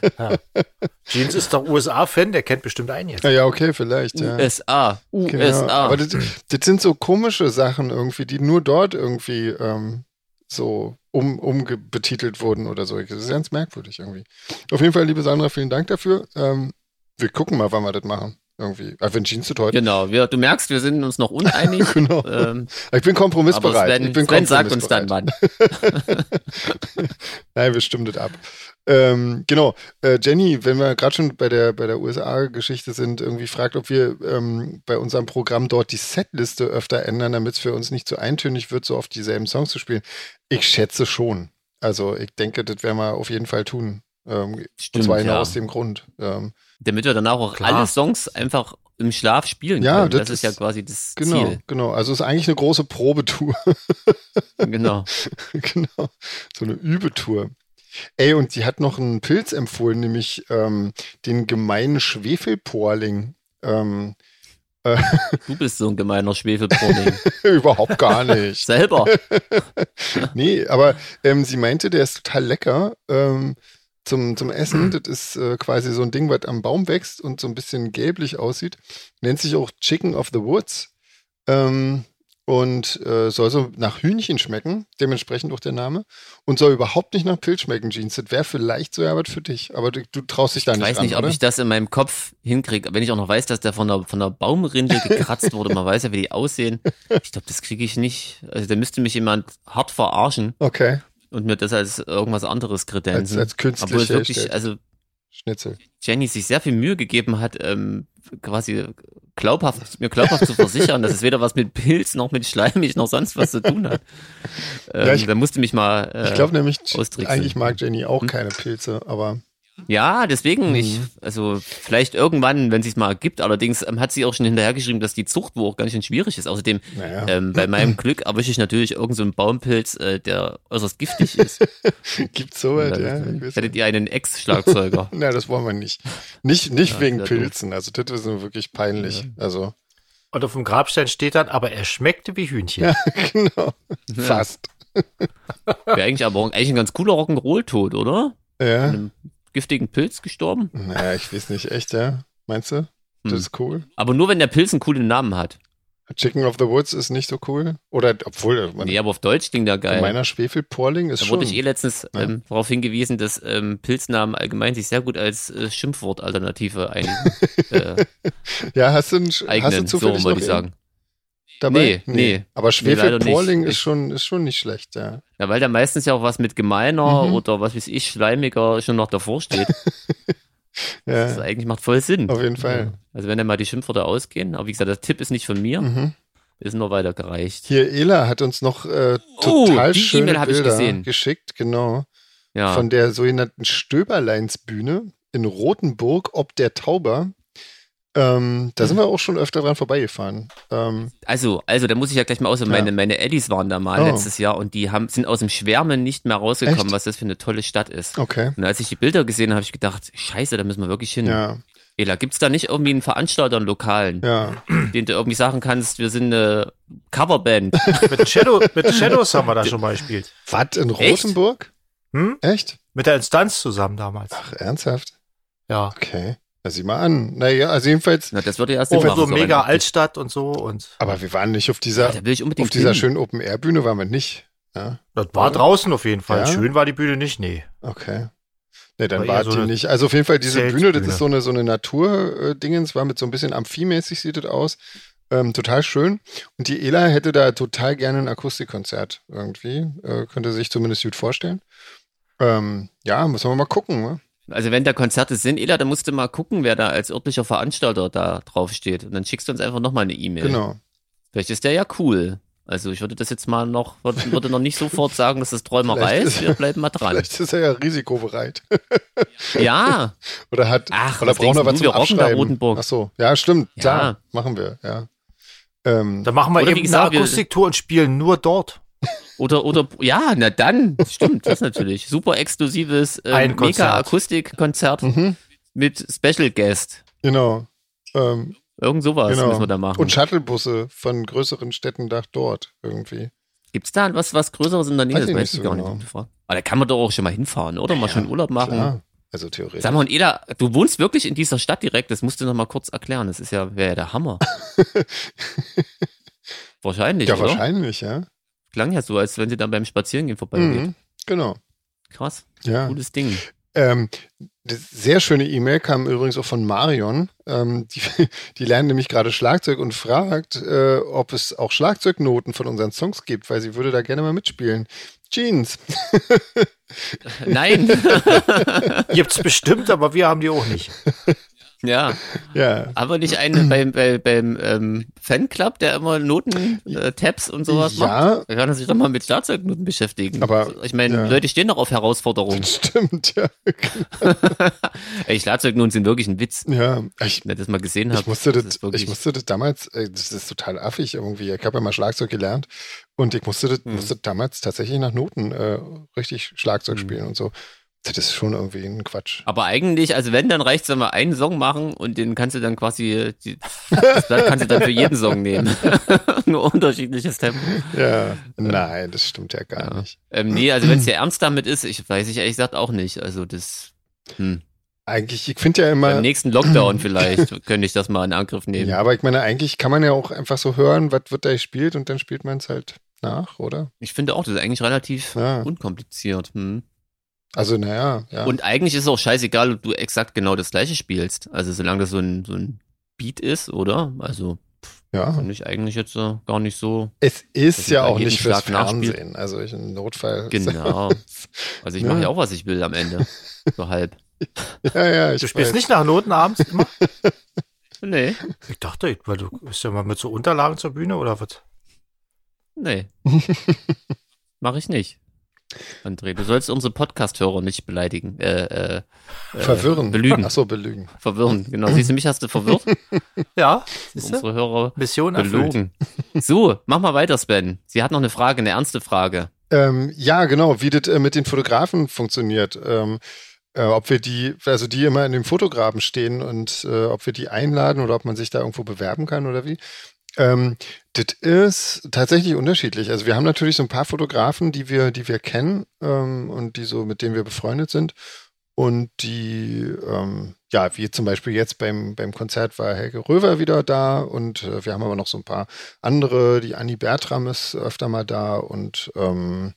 Speaker 3: Jeans ist doch USA-Fan, der kennt bestimmt einen jetzt.
Speaker 2: Ja, ja, okay, vielleicht, ja.
Speaker 1: USA,
Speaker 2: Genau.
Speaker 1: USA.
Speaker 2: Aber das, das sind so komische Sachen irgendwie, die nur dort irgendwie ähm, so um, umbetitelt wurden oder so. Das ist ganz merkwürdig irgendwie. Auf jeden Fall, liebe Sandra, vielen Dank dafür. Ähm, wir gucken mal, wann wir das machen. Irgendwie. Ah, wenn Jeans zu heute.
Speaker 1: Genau, wir, du merkst, wir sind uns noch uneinig.
Speaker 2: Genau.
Speaker 1: ähm,
Speaker 2: Ich bin
Speaker 1: aber
Speaker 2: kompromissbereit.
Speaker 1: Sven,
Speaker 2: ich bin
Speaker 1: Sven sagt uns dann
Speaker 2: kompromissbereit.
Speaker 1: wann.
Speaker 2: Nein, wir stimmen das ab. Ähm, genau, äh, Jenny, wenn wir gerade schon bei der, bei der USA-Geschichte sind, irgendwie fragt, ob wir ähm, bei unserem Programm dort die Setliste öfter ändern, damit es für uns nicht so eintönig wird, so oft dieselben Songs zu spielen. Ich schätze schon. Also ich denke, das werden wir auf jeden Fall tun. Ähm,
Speaker 1: Stimmt,
Speaker 2: und zwar genau
Speaker 1: ja.
Speaker 2: aus dem Grund. Ähm,
Speaker 1: Damit wir danach auch
Speaker 3: Klar.
Speaker 1: alle Songs einfach im Schlaf spielen
Speaker 2: Ja,
Speaker 1: können.
Speaker 2: das
Speaker 1: Das, ist ja
Speaker 2: ist-
Speaker 1: quasi das
Speaker 2: genau,
Speaker 1: Ziel.
Speaker 2: genau. Also es ist eigentlich eine große Probetour.
Speaker 1: Genau.
Speaker 2: genau. So eine Übetour. Ey, und sie hat noch einen Pilz empfohlen, nämlich ähm, den gemeinen Schwefelporling. Ähm,
Speaker 1: Du bist so ein gemeiner Schwefelproblem.
Speaker 2: überhaupt gar nicht.
Speaker 1: Selber.
Speaker 2: nee, aber ähm, sie meinte, der ist total lecker ähm, zum, zum
Speaker 1: Mhm.
Speaker 2: Essen. Das ist äh, quasi so ein Ding, was am Baum wächst und so ein bisschen gelblich aussieht. Nennt sich auch Chicken of the Woods. Ähm, und äh, soll so nach Hühnchen schmecken, dementsprechend auch der Name. Und soll überhaupt nicht nach Pilz schmecken, Jeans. Das wäre vielleicht so ja was für dich, aber du, du traust dich da
Speaker 1: Ich
Speaker 2: nicht
Speaker 1: weiß
Speaker 2: ran,
Speaker 1: nicht, ob
Speaker 2: oder?
Speaker 1: ich das in meinem Kopf hinkriege, wenn ich auch noch weiß, dass der von der, von der Baumrinde gekratzt wurde. Man weiß ja, wie die aussehen. Ich glaube, das kriege ich nicht. Also da müsste mich jemand hart verarschen
Speaker 2: okay,
Speaker 1: und mir das als irgendwas anderes
Speaker 2: als,
Speaker 1: kredenzen.
Speaker 2: als
Speaker 1: Obwohl
Speaker 2: künstlich
Speaker 1: wirklich,
Speaker 2: hergestellt.
Speaker 1: also
Speaker 2: Schnitzel.
Speaker 1: Jenny sich sehr viel Mühe gegeben hat, ähm, quasi glaubhaft, mir glaubhaft zu versichern, dass es weder was mit Pilz noch mit Schleimig noch sonst was zu tun hat. Ähm,
Speaker 2: Ja, ich-
Speaker 1: da musste mich mal. Äh,
Speaker 2: Ich glaube nämlich,
Speaker 1: austricksen.
Speaker 2: eigentlich mag Jenny auch
Speaker 1: Hm?
Speaker 2: keine Pilze, aber
Speaker 1: Ja, deswegen,
Speaker 2: Mhm.
Speaker 1: ich, also vielleicht irgendwann, wenn sie es mal ergibt. Allerdings ähm, hat sie auch schon hinterhergeschrieben, dass die Zucht wohl auch ganz schön schwierig ist. Außerdem,
Speaker 2: naja.
Speaker 1: ähm, bei meinem Glück erwische ich natürlich irgendeinen so einen Baumpilz, äh, der äußerst giftig ist. Äh,
Speaker 2: Gibt's sowas, ja. Ich weiß
Speaker 1: Hättet ihr einen Ex-Schlagzeuger.
Speaker 2: Na, das wollen wir nicht. Nicht, nicht
Speaker 1: Ja,
Speaker 2: wegen
Speaker 1: sehr
Speaker 2: Pilzen. Also, das ist nur wirklich peinlich. Also,
Speaker 3: Und auf dem Grabstein steht dann, aber er schmeckte wie Hühnchen.
Speaker 2: genau.
Speaker 1: Ja.
Speaker 2: Fast.
Speaker 1: Wäre eigentlich aber auch- eigentlich ein ganz cooler Rock'n'Roll-Tod, oder? An
Speaker 2: Ja.
Speaker 1: einem giftigen Pilz gestorben.
Speaker 2: Naja, ich weiß nicht, echt, ja. Meinst du? Das
Speaker 1: Hm.
Speaker 2: ist cool.
Speaker 1: Aber nur, wenn der Pilz einen coolen Namen hat.
Speaker 2: Chicken of the Woods ist nicht so cool. Oder, obwohl, äh, man,
Speaker 1: Nee, aber auf Deutsch klingt der geil.
Speaker 2: meiner Schwefelporling ist
Speaker 1: Da
Speaker 2: schon.
Speaker 1: wurde ich eh letztens ähm, darauf hingewiesen, dass ähm, Pilznamen allgemein sich sehr gut als äh, Schimpfwortalternative ein, äh,
Speaker 2: ja, hast du, einen, Sch- hast du
Speaker 1: eignen, so
Speaker 2: zufällig noch
Speaker 1: wollte ich
Speaker 2: einen
Speaker 1: sagen.
Speaker 2: dabei?
Speaker 1: Nee, nee.
Speaker 2: Aber Schwefelporling
Speaker 1: nicht.
Speaker 2: ist, schon, ist schon nicht schlecht, ja.
Speaker 1: Ja, weil da meistens ja auch was mit gemeiner
Speaker 2: Mhm.
Speaker 1: oder was weiß ich, schleimiger schon noch davor steht. Das ist
Speaker 2: ja.
Speaker 1: eigentlich macht voll Sinn.
Speaker 2: Auf jeden Fall.
Speaker 1: Also wenn dann mal die Schimpfworte ausgehen, aber wie gesagt, der Tipp ist nicht von mir,
Speaker 2: Mhm.
Speaker 1: ist nur weitergereicht.
Speaker 2: Hier, Ela hat uns noch äh,
Speaker 1: Oh,
Speaker 2: total
Speaker 1: die
Speaker 2: schöne
Speaker 1: E-Mail hab ich
Speaker 2: Bilder
Speaker 1: gesehen.
Speaker 2: geschickt, genau.
Speaker 1: Ja.
Speaker 2: von der sogenannten Stöberleinsbühne in Rothenburg ob der Tauber. Ähm, da
Speaker 1: Hm.
Speaker 2: sind wir auch schon öfter dran vorbeigefahren. Ähm,
Speaker 1: Also, also, da muss ich ja gleich mal aus. Meine, meine Eddies waren da mal
Speaker 2: Oh.
Speaker 1: letztes Jahr und die haben, sind aus dem Schwärmen nicht mehr rausgekommen,
Speaker 2: Echt? Oh.
Speaker 1: was das für eine tolle Stadt ist.
Speaker 2: okay.
Speaker 1: Und als ich die Bilder gesehen habe, habe ich gedacht, scheiße, da müssen wir wirklich hin.
Speaker 2: Ja,
Speaker 1: Ela, gibt's da nicht irgendwie einen Veranstalter, einen Lokalen,
Speaker 2: ja.
Speaker 1: den du irgendwie sagen kannst, wir sind eine Coverband?
Speaker 3: Mit, Shadow, mit Shadows haben wir da schon mal gespielt.
Speaker 2: Was, in
Speaker 1: Echt?
Speaker 2: Rothenburg?
Speaker 3: Hm?
Speaker 2: Echt?
Speaker 3: Mit der Instanz zusammen damals.
Speaker 2: Ach, ernsthaft?
Speaker 3: Ja.
Speaker 2: Okay. Na, sieh mal an. Naja, also jedenfalls,
Speaker 1: Na, das würde ja erst
Speaker 3: Oh,
Speaker 1: Sinn machen,
Speaker 3: so mega
Speaker 1: rein optisch.
Speaker 3: Altstadt und so. Und
Speaker 2: aber wir waren nicht auf
Speaker 1: Ja,
Speaker 2: dieser,
Speaker 1: da will ich unbedingt
Speaker 2: auf dieser
Speaker 1: hin.
Speaker 2: schönen Open-Air-Bühne waren wir nicht. Ja,
Speaker 3: das war draußen auf jeden Fall.
Speaker 2: Ja?
Speaker 3: Schön war die Bühne nicht, nee.
Speaker 2: okay. Nee, dann
Speaker 3: War
Speaker 2: war
Speaker 3: eher so
Speaker 2: die
Speaker 3: eine
Speaker 2: nicht. Also auf jeden Fall diese Bühne, das
Speaker 3: Zeltbühne.
Speaker 2: ist so eine, so eine Natur-Dingens, war mit so ein bisschen Amphi-mäßig sieht das aus. Ähm, total schön. Und die Ela hätte da total gerne ein Akustikkonzert irgendwie. Äh, könnte sich zumindest gut vorstellen. Ähm, ja, müssen wir mal gucken. Ne?
Speaker 1: Also wenn da Konzerte sind, Ela, dann musst du mal gucken, wer da als örtlicher Veranstalter da draufsteht. Und dann schickst du uns einfach nochmal eine E-Mail.
Speaker 2: Genau.
Speaker 1: Vielleicht ist der ja cool. Also ich würde das jetzt mal noch, würde würde noch nicht sofort sagen, dass das Träumerei
Speaker 2: Vielleicht
Speaker 1: ist.
Speaker 2: ist-
Speaker 1: Wir bleiben mal dran.
Speaker 2: Vielleicht ist er ja risikobereit.
Speaker 1: Ja,
Speaker 2: Oder hat.
Speaker 1: ach,
Speaker 2: oder
Speaker 1: was
Speaker 2: brauchen
Speaker 1: denkst
Speaker 2: wir was
Speaker 1: du,
Speaker 2: zum
Speaker 1: wir rocken da
Speaker 2: Abschreiben?
Speaker 1: Rotenburg.
Speaker 2: Ach so. Ja, stimmt.
Speaker 1: Ja.
Speaker 2: Klar. Machen wir. Ja. Ähm,
Speaker 3: Dann machen wir
Speaker 1: Oder wie
Speaker 3: eben
Speaker 1: gesagt,
Speaker 3: eine
Speaker 1: wir-
Speaker 3: Akustiktour und spielen nur dort.
Speaker 1: Oder, oder, ja, na dann, stimmt, das natürlich. Super exklusives
Speaker 3: Ein
Speaker 1: ähm,
Speaker 3: Konzert.
Speaker 1: Mega-Akustik-Konzert
Speaker 2: mhm,
Speaker 1: mit Special Guest.
Speaker 2: genau. Ähm,
Speaker 1: Irgend sowas
Speaker 2: Genau.
Speaker 1: müssen wir da machen.
Speaker 2: Und Shuttlebusse von größeren Städten nach dort irgendwie.
Speaker 1: Gibt's da was, was Größeres in der Nähe?
Speaker 2: Weiß
Speaker 1: Das
Speaker 2: ich
Speaker 1: weiß
Speaker 2: nicht
Speaker 1: ich
Speaker 2: so
Speaker 1: gar nicht.
Speaker 2: genau.
Speaker 1: Gute Frage. Aber da kann man doch auch schon mal hinfahren, oder? Mal schön Urlaub machen.
Speaker 2: Klar. Also theoretisch.
Speaker 1: Sag mal, und Eda, du wohnst wirklich in dieser Stadt direkt, das musst du noch mal kurz erklären. Das ist ja, wäre ja der Hammer. wahrscheinlich,
Speaker 2: ja,
Speaker 1: oder?
Speaker 2: wahrscheinlich, ja.
Speaker 1: Klang ja so, als wenn sie dann beim Spazierengehen vorbeigeht.
Speaker 2: Mhm. Genau.
Speaker 1: Krass,
Speaker 2: Ja.
Speaker 1: gutes Ding.
Speaker 2: Ähm, die sehr schöne E-Mail kam übrigens auch von Marion. Ähm, die, die lernt nämlich gerade Schlagzeug und fragt, äh, ob es auch Schlagzeugnoten von unseren Songs gibt, weil sie würde da gerne mal mitspielen. Jeans.
Speaker 1: Nein,
Speaker 3: Gibt's bestimmt, aber wir haben die auch nicht.
Speaker 1: Ja.
Speaker 2: Ja.
Speaker 1: Aber nicht einen beim, beim, beim ähm, Fanclub, der immer Noten, äh, Tabs und sowas
Speaker 2: Ja.
Speaker 1: macht. Da kann er sich doch mal mit Schlagzeugnoten beschäftigen.
Speaker 2: Aber-
Speaker 1: ich meine,
Speaker 2: ja.
Speaker 1: Leute stehen doch auf Herausforderungen.
Speaker 2: Stimmt, ja.
Speaker 1: Ey, Schlagzeugnoten sind wirklich ein Witz.
Speaker 2: Ja, ich,
Speaker 1: Wenn ich das mal gesehen habe.
Speaker 2: ich, musste
Speaker 1: das
Speaker 2: das,
Speaker 1: ist wirklich-
Speaker 2: ich musste das damals, äh, das ist total affig irgendwie. Ich habe ja mal Schlagzeug gelernt und ich musste, das,
Speaker 1: Hm.
Speaker 2: musste damals tatsächlich nach Noten äh, richtig
Speaker 1: Mhm.
Speaker 2: Schlagzeug spielen und so. Das ist schon irgendwie ein Quatsch.
Speaker 1: Aber eigentlich, also wenn, dann reicht's, wenn wir einen Song machen und den kannst du dann quasi, die, das Blatt kannst du dann für jeden Song nehmen. Nur unterschiedliches Tempo.
Speaker 2: Ja, nein, das stimmt ja gar
Speaker 1: Ja.
Speaker 2: nicht.
Speaker 1: Ähm, nee, also wenn es ja ernst damit ist, ich weiß ich ehrlich gesagt auch nicht. Also das, hm.
Speaker 2: Eigentlich, ich finde ja immer,
Speaker 1: beim nächsten Lockdown vielleicht könnte ich das mal in Angriff nehmen.
Speaker 2: ja, aber ich meine, eigentlich kann man ja auch einfach so hören, was wird da gespielt und dann spielt man es halt nach, oder?
Speaker 1: Ich finde auch, das ist eigentlich relativ
Speaker 2: Ja.
Speaker 1: unkompliziert. Hm.
Speaker 2: Also, naja, ja.
Speaker 1: Und eigentlich ist es auch scheißegal, ob du exakt genau das gleiche spielst. Also solange das so ein, so ein Beat ist, oder? Also
Speaker 2: ja.
Speaker 1: finde ich eigentlich jetzt äh, gar nicht so
Speaker 2: Es
Speaker 1: Dass
Speaker 2: ist
Speaker 1: man
Speaker 2: ja
Speaker 1: da
Speaker 2: auch
Speaker 1: jeden
Speaker 2: nicht fürs
Speaker 1: Schlag nachspielt.
Speaker 2: Fernsehen. Also ich, im Notfall.
Speaker 1: genau. Also ich
Speaker 2: Ja.
Speaker 1: mache ja auch, was ich will am Ende. So halb.
Speaker 2: ja, ja, ich
Speaker 3: Du spielst
Speaker 2: weiß.
Speaker 3: nicht nach Noten abends immer?
Speaker 1: Nee,
Speaker 3: Ich dachte, ich- weil du bist ja mal mit so Unterlagen zur Bühne oder was?
Speaker 1: nee. mache ich nicht. André, du sollst unsere Podcast-Hörer nicht beleidigen, äh, äh,
Speaker 2: Verwirren.
Speaker 1: belügen.
Speaker 2: Ach so, belügen.
Speaker 1: verwirren. Genau, siehst du, mich hast du verwirrt.
Speaker 3: Ja, siehst du?
Speaker 1: Unsere Hörer
Speaker 3: Mission erfüllt.
Speaker 1: belogen. So, mach mal weiter, Sven. Sie hat noch eine Frage, eine ernste Frage.
Speaker 2: Ähm, ja, genau, wie das äh, mit den Fotografen funktioniert. Ähm, äh, ob wir die, also die immer in dem Fotografen stehen und äh, ob wir die einladen oder ob man sich da irgendwo bewerben kann oder wie. Ähm, das ist tatsächlich unterschiedlich. Also wir haben natürlich so ein paar Fotografen, die wir, die wir kennen ähm, und die so, mit denen wir befreundet sind. Und die, ähm, ja, wie zum Beispiel jetzt beim, beim Konzert war Helge Röver wieder da und äh, wir haben aber noch so ein paar andere. Die Anni Bertram ist öfter mal da und ähm,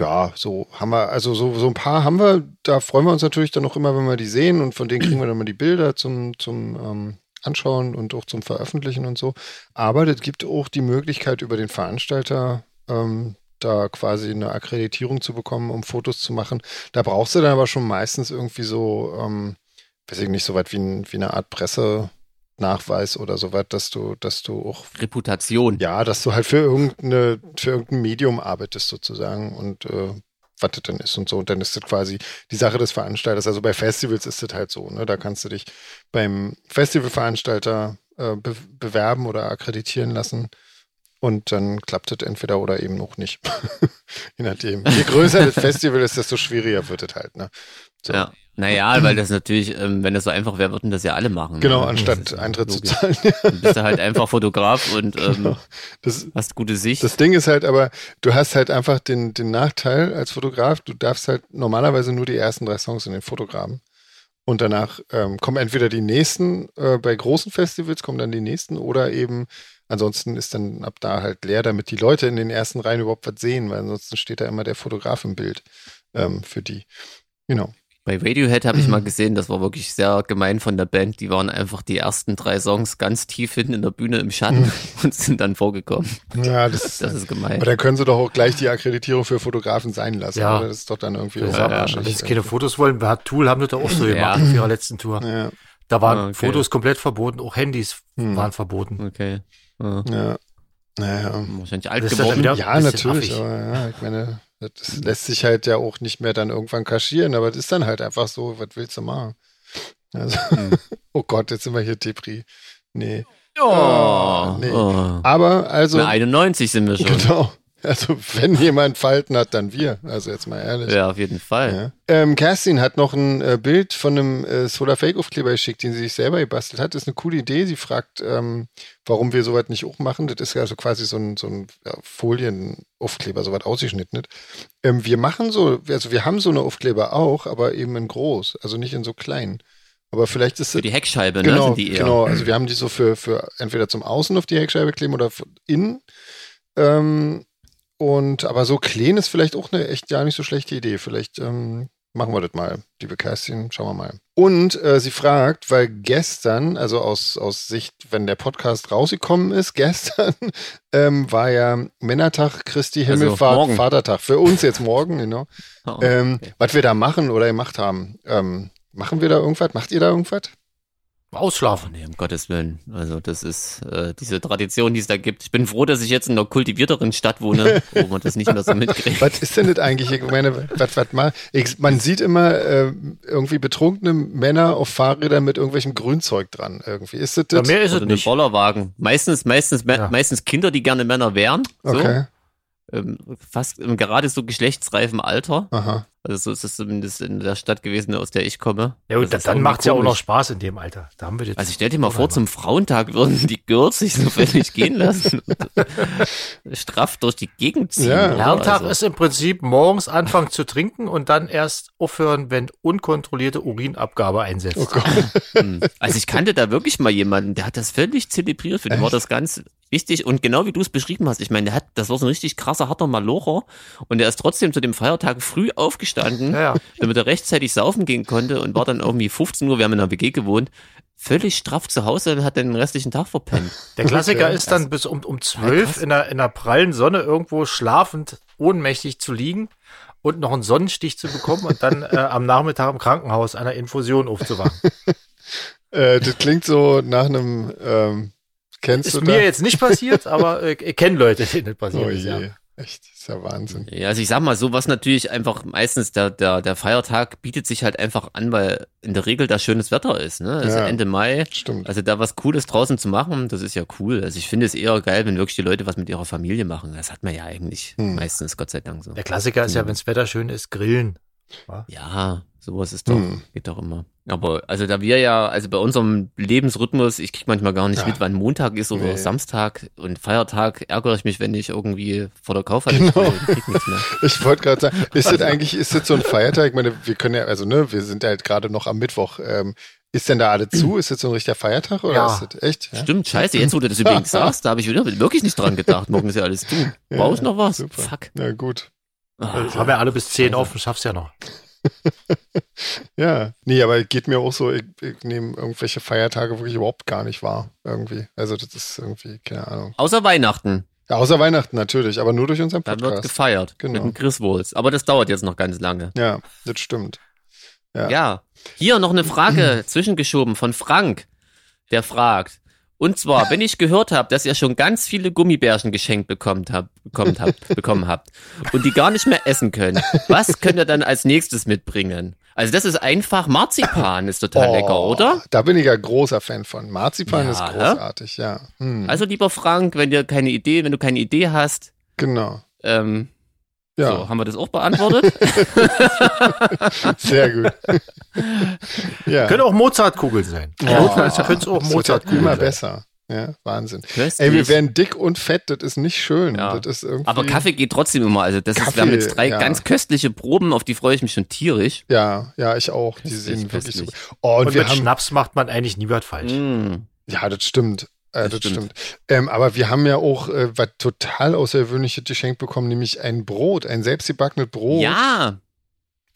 Speaker 2: ja, so haben wir, also so, so ein paar haben wir. Da freuen wir uns natürlich dann auch immer, wenn wir die sehen und von denen kriegen wir dann mal die Bilder zum, zum ähm, Anschauen und auch zum Veröffentlichen und so. Aber das gibt auch die Möglichkeit über den Veranstalter, ähm, da quasi eine Akkreditierung zu bekommen, um Fotos zu machen. Da brauchst du dann aber schon meistens irgendwie so, ähm, weiß ich nicht, so weit wie, ein, wie eine Art Pressenachweis oder so weit, dass du, dass du auch
Speaker 1: Reputation.
Speaker 2: ja, dass du halt für irgendeine, für irgendein Medium arbeitest sozusagen und äh, was das dann ist und so. Und dann ist das quasi die Sache des Veranstalters. Also bei Festivals ist das halt so, ne? Da kannst du dich beim Festivalveranstalter äh, be bewerben oder akkreditieren lassen. Und dann klappt das entweder oder eben auch nicht. Je nachdem. Je größer das Festival ist, desto schwieriger wird es halt, ne? So.
Speaker 1: Ja. Naja, weil das natürlich, ähm, wenn das so einfach wäre, würden das ja alle machen. ne?
Speaker 2: Genau,
Speaker 1: Das
Speaker 2: anstatt
Speaker 1: ist
Speaker 2: Eintritt zu
Speaker 1: logisch.
Speaker 2: zahlen. Genau.
Speaker 1: Dann bist du halt einfach Fotograf und ähm,
Speaker 2: Das,
Speaker 1: hast gute Sicht.
Speaker 2: Das Ding ist halt aber, du hast halt einfach den, den Nachteil als Fotograf, du darfst halt normalerweise nur die ersten drei Songs in den Fotografen. Und danach ähm, kommen entweder die nächsten, äh, bei großen Festivals kommen dann die nächsten oder eben, ansonsten ist dann ab da halt leer, damit die Leute in den ersten Reihen überhaupt was sehen, weil ansonsten steht da immer der Fotograf im Bild ähm, für die. Genau.
Speaker 1: Bei Radiohead habe ich
Speaker 2: Mhm.
Speaker 1: mal gesehen, das war wirklich sehr gemein von der Band. Die waren einfach die ersten drei Songs ganz tief hinten in der Bühne im Schatten und sind dann vorgekommen.
Speaker 2: Ja, Mhm. das ist.
Speaker 1: Das ist gemein.
Speaker 2: aber dann können sie doch auch gleich die Akkreditierung für Fotografen sein lassen.
Speaker 3: Ja.
Speaker 2: oder? Das ist doch dann irgendwie
Speaker 3: Ja,
Speaker 2: auch
Speaker 1: ja,
Speaker 2: arschig.
Speaker 3: Wenn sie keine Fotos wollen, hat Tool haben das doch auch so
Speaker 1: Ja.
Speaker 3: gemacht auf ihrer letzten Tour.
Speaker 2: ja,
Speaker 3: Da waren
Speaker 1: Ah, okay.
Speaker 3: Fotos komplett verboten, auch Handys
Speaker 2: Hm.
Speaker 3: waren verboten.
Speaker 1: Okay. Ja,
Speaker 2: ja. Naja.
Speaker 1: wahrscheinlich alt
Speaker 3: Das ist ja dann
Speaker 1: geworden.
Speaker 3: wieder-
Speaker 2: Ja,
Speaker 3: ein bisschen
Speaker 2: natürlich,
Speaker 3: affig.
Speaker 2: aber ja, ich meine, das lässt sich halt ja auch nicht mehr dann irgendwann kaschieren, aber das ist dann halt einfach so, was willst du machen? Also,
Speaker 1: Hm.
Speaker 2: oh Gott, jetzt sind wir hier Depri. Nee.
Speaker 1: Oh,
Speaker 2: Ah, nee.
Speaker 1: oh.
Speaker 2: Aber also,
Speaker 1: Na, 91 sind wir schon.
Speaker 2: genau. Also, wenn jemand Falten hat, dann wir. Also jetzt mal ehrlich.
Speaker 1: Ja, auf jeden Fall.
Speaker 2: Ja. Ähm, Kerstin hat noch ein äh, Bild von einem äh, Solar Fake Aufkleber geschickt, den sie sich selber gebastelt hat. Das ist eine coole Idee. Sie fragt, ähm, warum wir sowas nicht auch machen. Das ist ja also quasi so ein, so ein ja, Folienaufkleber, sowas ausgeschnitten. Ähm, wir machen so, also wir haben so eine Aufkleber auch, aber eben in groß, also nicht in so klein. Aber vielleicht ist
Speaker 1: Für
Speaker 2: das
Speaker 1: die Heckscheibe, ne?
Speaker 2: genau,
Speaker 1: Sind die eher.
Speaker 2: genau. Also wir haben die so für, für entweder zum Außen auf die Heckscheibe kleben oder von innen. Ähm, und aber so clean ist vielleicht auch eine echt gar nicht so schlechte Idee. Vielleicht ähm, machen wir das mal, liebe Kerstin, schauen wir mal. Und äh, sie fragt, weil gestern, also aus, aus Sicht, wenn der Podcast rausgekommen ist, gestern ähm, war ja Männertag, Christi
Speaker 1: Also
Speaker 2: Himmelfahrt,
Speaker 1: morgen.
Speaker 2: Vatertag. Für uns jetzt morgen, genau.
Speaker 1: Oh.
Speaker 2: Ähm, Was wir da machen oder gemacht haben. Ähm, machen wir da irgendwas? Macht ihr da irgendwas?
Speaker 1: Ausschlafen, nee, um Gottes Willen. Also das ist äh, diese Tradition, die es da gibt. Ich bin froh, dass ich jetzt in einer kultivierteren Stadt wohne, wo man das nicht mehr so mitkriegt.
Speaker 2: was ist denn das eigentlich? Ich meine, was, was mal? Ich, man sieht immer äh, irgendwie betrunkene Männer auf Fahrrädern mit irgendwelchem Grünzeug dran. Irgendwie ist das das?
Speaker 3: Aber mehr ist es
Speaker 1: Oder einen
Speaker 3: nicht.
Speaker 1: Bollerwagen. Meistens, meistens, me-
Speaker 3: Ja.
Speaker 1: meistens Kinder, die gerne Männer wären. So.
Speaker 2: Okay.
Speaker 1: Ähm, fast im gerade so geschlechtsreifen Alter.
Speaker 2: Aha.
Speaker 1: Also so ist es zumindest in der Stadt gewesen, aus der ich komme.
Speaker 3: Ja, und
Speaker 1: Das
Speaker 3: dann,
Speaker 1: ist
Speaker 3: dann
Speaker 1: irgendwie
Speaker 3: macht's ja auch
Speaker 1: komisch.
Speaker 3: noch Spaß in dem Alter. Da haben wir jetzt.
Speaker 1: Also stell dir mal vor, zum Frauentag würden die Girls sich so völlig gehen lassen. und Straff durch die Gegend ziehen.
Speaker 2: Ja.
Speaker 1: oder?
Speaker 3: Herrentag
Speaker 1: Also,
Speaker 3: ist im Prinzip morgens anfangen zu trinken und dann erst aufhören, wenn unkontrollierte Urinabgabe einsetzt.
Speaker 2: Oh Gott.
Speaker 1: mh. also ich kannte da wirklich mal jemanden, der hat das völlig zelebriert. Für den war das ganz wichtig. Und genau wie du es beschrieben hast, ich meine, der hat, das war so ein richtig krasser, harter Malocher. Und der ist trotzdem zu dem Feiertag früh aufgestanden.
Speaker 3: Ja, ja.
Speaker 1: damit er rechtzeitig saufen gehen konnte und war dann irgendwie 15 Uhr, wir haben in einer WG gewohnt, völlig straff zu Hause und hat dann den restlichen Tag verpennt.
Speaker 3: Der Klassiker
Speaker 2: Okay.
Speaker 3: ist dann bis um, um zwölf in der, in der prallen Sonne irgendwo schlafend, ohnmächtig zu liegen und noch einen Sonnenstich zu bekommen und dann äh, am Nachmittag im Krankenhaus einer Infusion aufzuwachen.
Speaker 2: Äh, das klingt so nach einem. Ähm, kennst
Speaker 3: Ist
Speaker 2: du
Speaker 3: mir
Speaker 2: das?
Speaker 3: jetzt nicht passiert, aber äh, ich kenne Leute, denen das passiert
Speaker 2: Oh
Speaker 3: ist. Ja.
Speaker 2: je. Echt, ist ja Wahnsinn.
Speaker 1: Ja, also ich sag mal, sowas natürlich einfach meistens der, der, der Feiertag bietet sich halt einfach an, weil in der Regel da schönes Wetter ist, ne? Also
Speaker 2: Ja.
Speaker 1: Ende Mai.
Speaker 2: Stimmt.
Speaker 1: Also da was Cooles draußen zu machen, das ist ja cool. Also ich finde es eher geil, wenn wirklich die Leute was mit ihrer Familie machen. Das hat man ja eigentlich
Speaker 2: Hm.
Speaker 1: meistens, Gott sei Dank so.
Speaker 3: Der Klassiker
Speaker 2: Mhm.
Speaker 3: ist ja, wenns Wetter schön ist, grillen.
Speaker 1: Ja, sowas ist doch,
Speaker 2: Hm.
Speaker 1: geht doch immer. Aber also da wir ja, also bei unserem Lebensrhythmus, ich krieg manchmal gar nicht
Speaker 2: Ja.
Speaker 1: mit, wann Montag ist oder
Speaker 2: Nee.
Speaker 1: Samstag und Feiertag ärgere ich mich, wenn ich irgendwie vor der Kaufhalle
Speaker 2: Genau.
Speaker 1: stehe und krieg nichts mehr.
Speaker 2: Ich wollte gerade sagen, ist das eigentlich, ist das so ein Feiertag? Ich meine, wir können ja, also ne, wir sind ja halt gerade noch am Mittwoch. Ähm, ist denn da alle zu? Ist das so ein richtiger Feiertag oder
Speaker 3: Ja.
Speaker 2: ist das echt? Ja?
Speaker 1: Stimmt, scheiße, jetzt wo du das übrigens sagst, da habe ich wieder wirklich nicht dran gedacht. Morgen ist ja alles du.
Speaker 2: Ja,
Speaker 1: Brauchst noch was?
Speaker 2: super. Also
Speaker 1: Fuck.
Speaker 2: Na gut.
Speaker 1: Ah,
Speaker 3: Äh, Haben wir alle bis zehn
Speaker 1: Scheiße.
Speaker 3: offen, schaffst ja noch.
Speaker 2: Ja, nee, aber geht mir auch so, ich, ich nehme irgendwelche Feiertage wirklich überhaupt gar nicht wahr, irgendwie. Also das ist irgendwie, keine Ahnung.
Speaker 1: Außer Weihnachten,
Speaker 2: Ja, außer Weihnachten natürlich, aber nur durch unseren
Speaker 1: da wird
Speaker 2: Podcast.
Speaker 1: gefeiert mit
Speaker 2: Genau.
Speaker 1: dem Christwolz. Aber das dauert jetzt noch ganz lange.
Speaker 2: Ja, das stimmt. Ja.
Speaker 1: Ja, hier noch eine Frage zwischengeschoben von Frank, der fragt. Und zwar, wenn ich gehört habe, dass ihr schon ganz viele Gummibärchen geschenkt bekommen habt, bekommen habt, bekommen habt und die gar nicht mehr essen können, was könnt ihr dann als nächstes mitbringen? Also das ist einfach Marzipan, ist total
Speaker 2: Oh,
Speaker 1: lecker, oder?
Speaker 2: Da bin ich ja großer Fan von. Marzipan
Speaker 1: Ja,
Speaker 2: ist
Speaker 1: ne?
Speaker 2: großartig, ja. Hm,
Speaker 1: Also lieber Frank, wenn dir keine Idee, wenn du keine Idee hast,
Speaker 2: genau.
Speaker 1: ähm, so,
Speaker 2: Ja,
Speaker 1: haben wir das auch beantwortet?
Speaker 2: sehr gut. ja.
Speaker 3: Können auch Mozartkugeln sein.
Speaker 2: Oh.
Speaker 3: Notfalls können's auch
Speaker 2: Das wird ja
Speaker 3: Mozartkugeln
Speaker 2: immer
Speaker 3: sein.
Speaker 2: besser. Ja, Wahnsinn.
Speaker 1: Köstlich.
Speaker 2: Ey, wir werden dick und fett, das ist nicht schön.
Speaker 1: Ja.
Speaker 2: Das ist irgendwie,
Speaker 1: Aber Kaffee geht trotzdem immer. Also das ist, wir haben
Speaker 2: Hm. Kaffee,
Speaker 1: jetzt drei
Speaker 2: ja.
Speaker 1: ganz köstliche Proben, auf die freue ich mich schon tierisch.
Speaker 2: Ja, ja, ich auch. Die
Speaker 1: Köstlich,
Speaker 2: sehen wirklich
Speaker 1: köstlich.
Speaker 2: super. Oh, und,
Speaker 3: Und,
Speaker 2: wir
Speaker 3: mit
Speaker 2: haben Mhm.
Speaker 3: Schnaps macht man eigentlich nie was falsch.
Speaker 1: Mm.
Speaker 2: Ja, das stimmt. Äh,
Speaker 1: Das
Speaker 2: das,
Speaker 1: stimmt.
Speaker 2: stimmt. Ähm, aber wir haben ja auch äh, was total Außergewöhnliches geschenkt bekommen, nämlich ein Brot, ein selbstgebackenes Brot.
Speaker 1: Ja,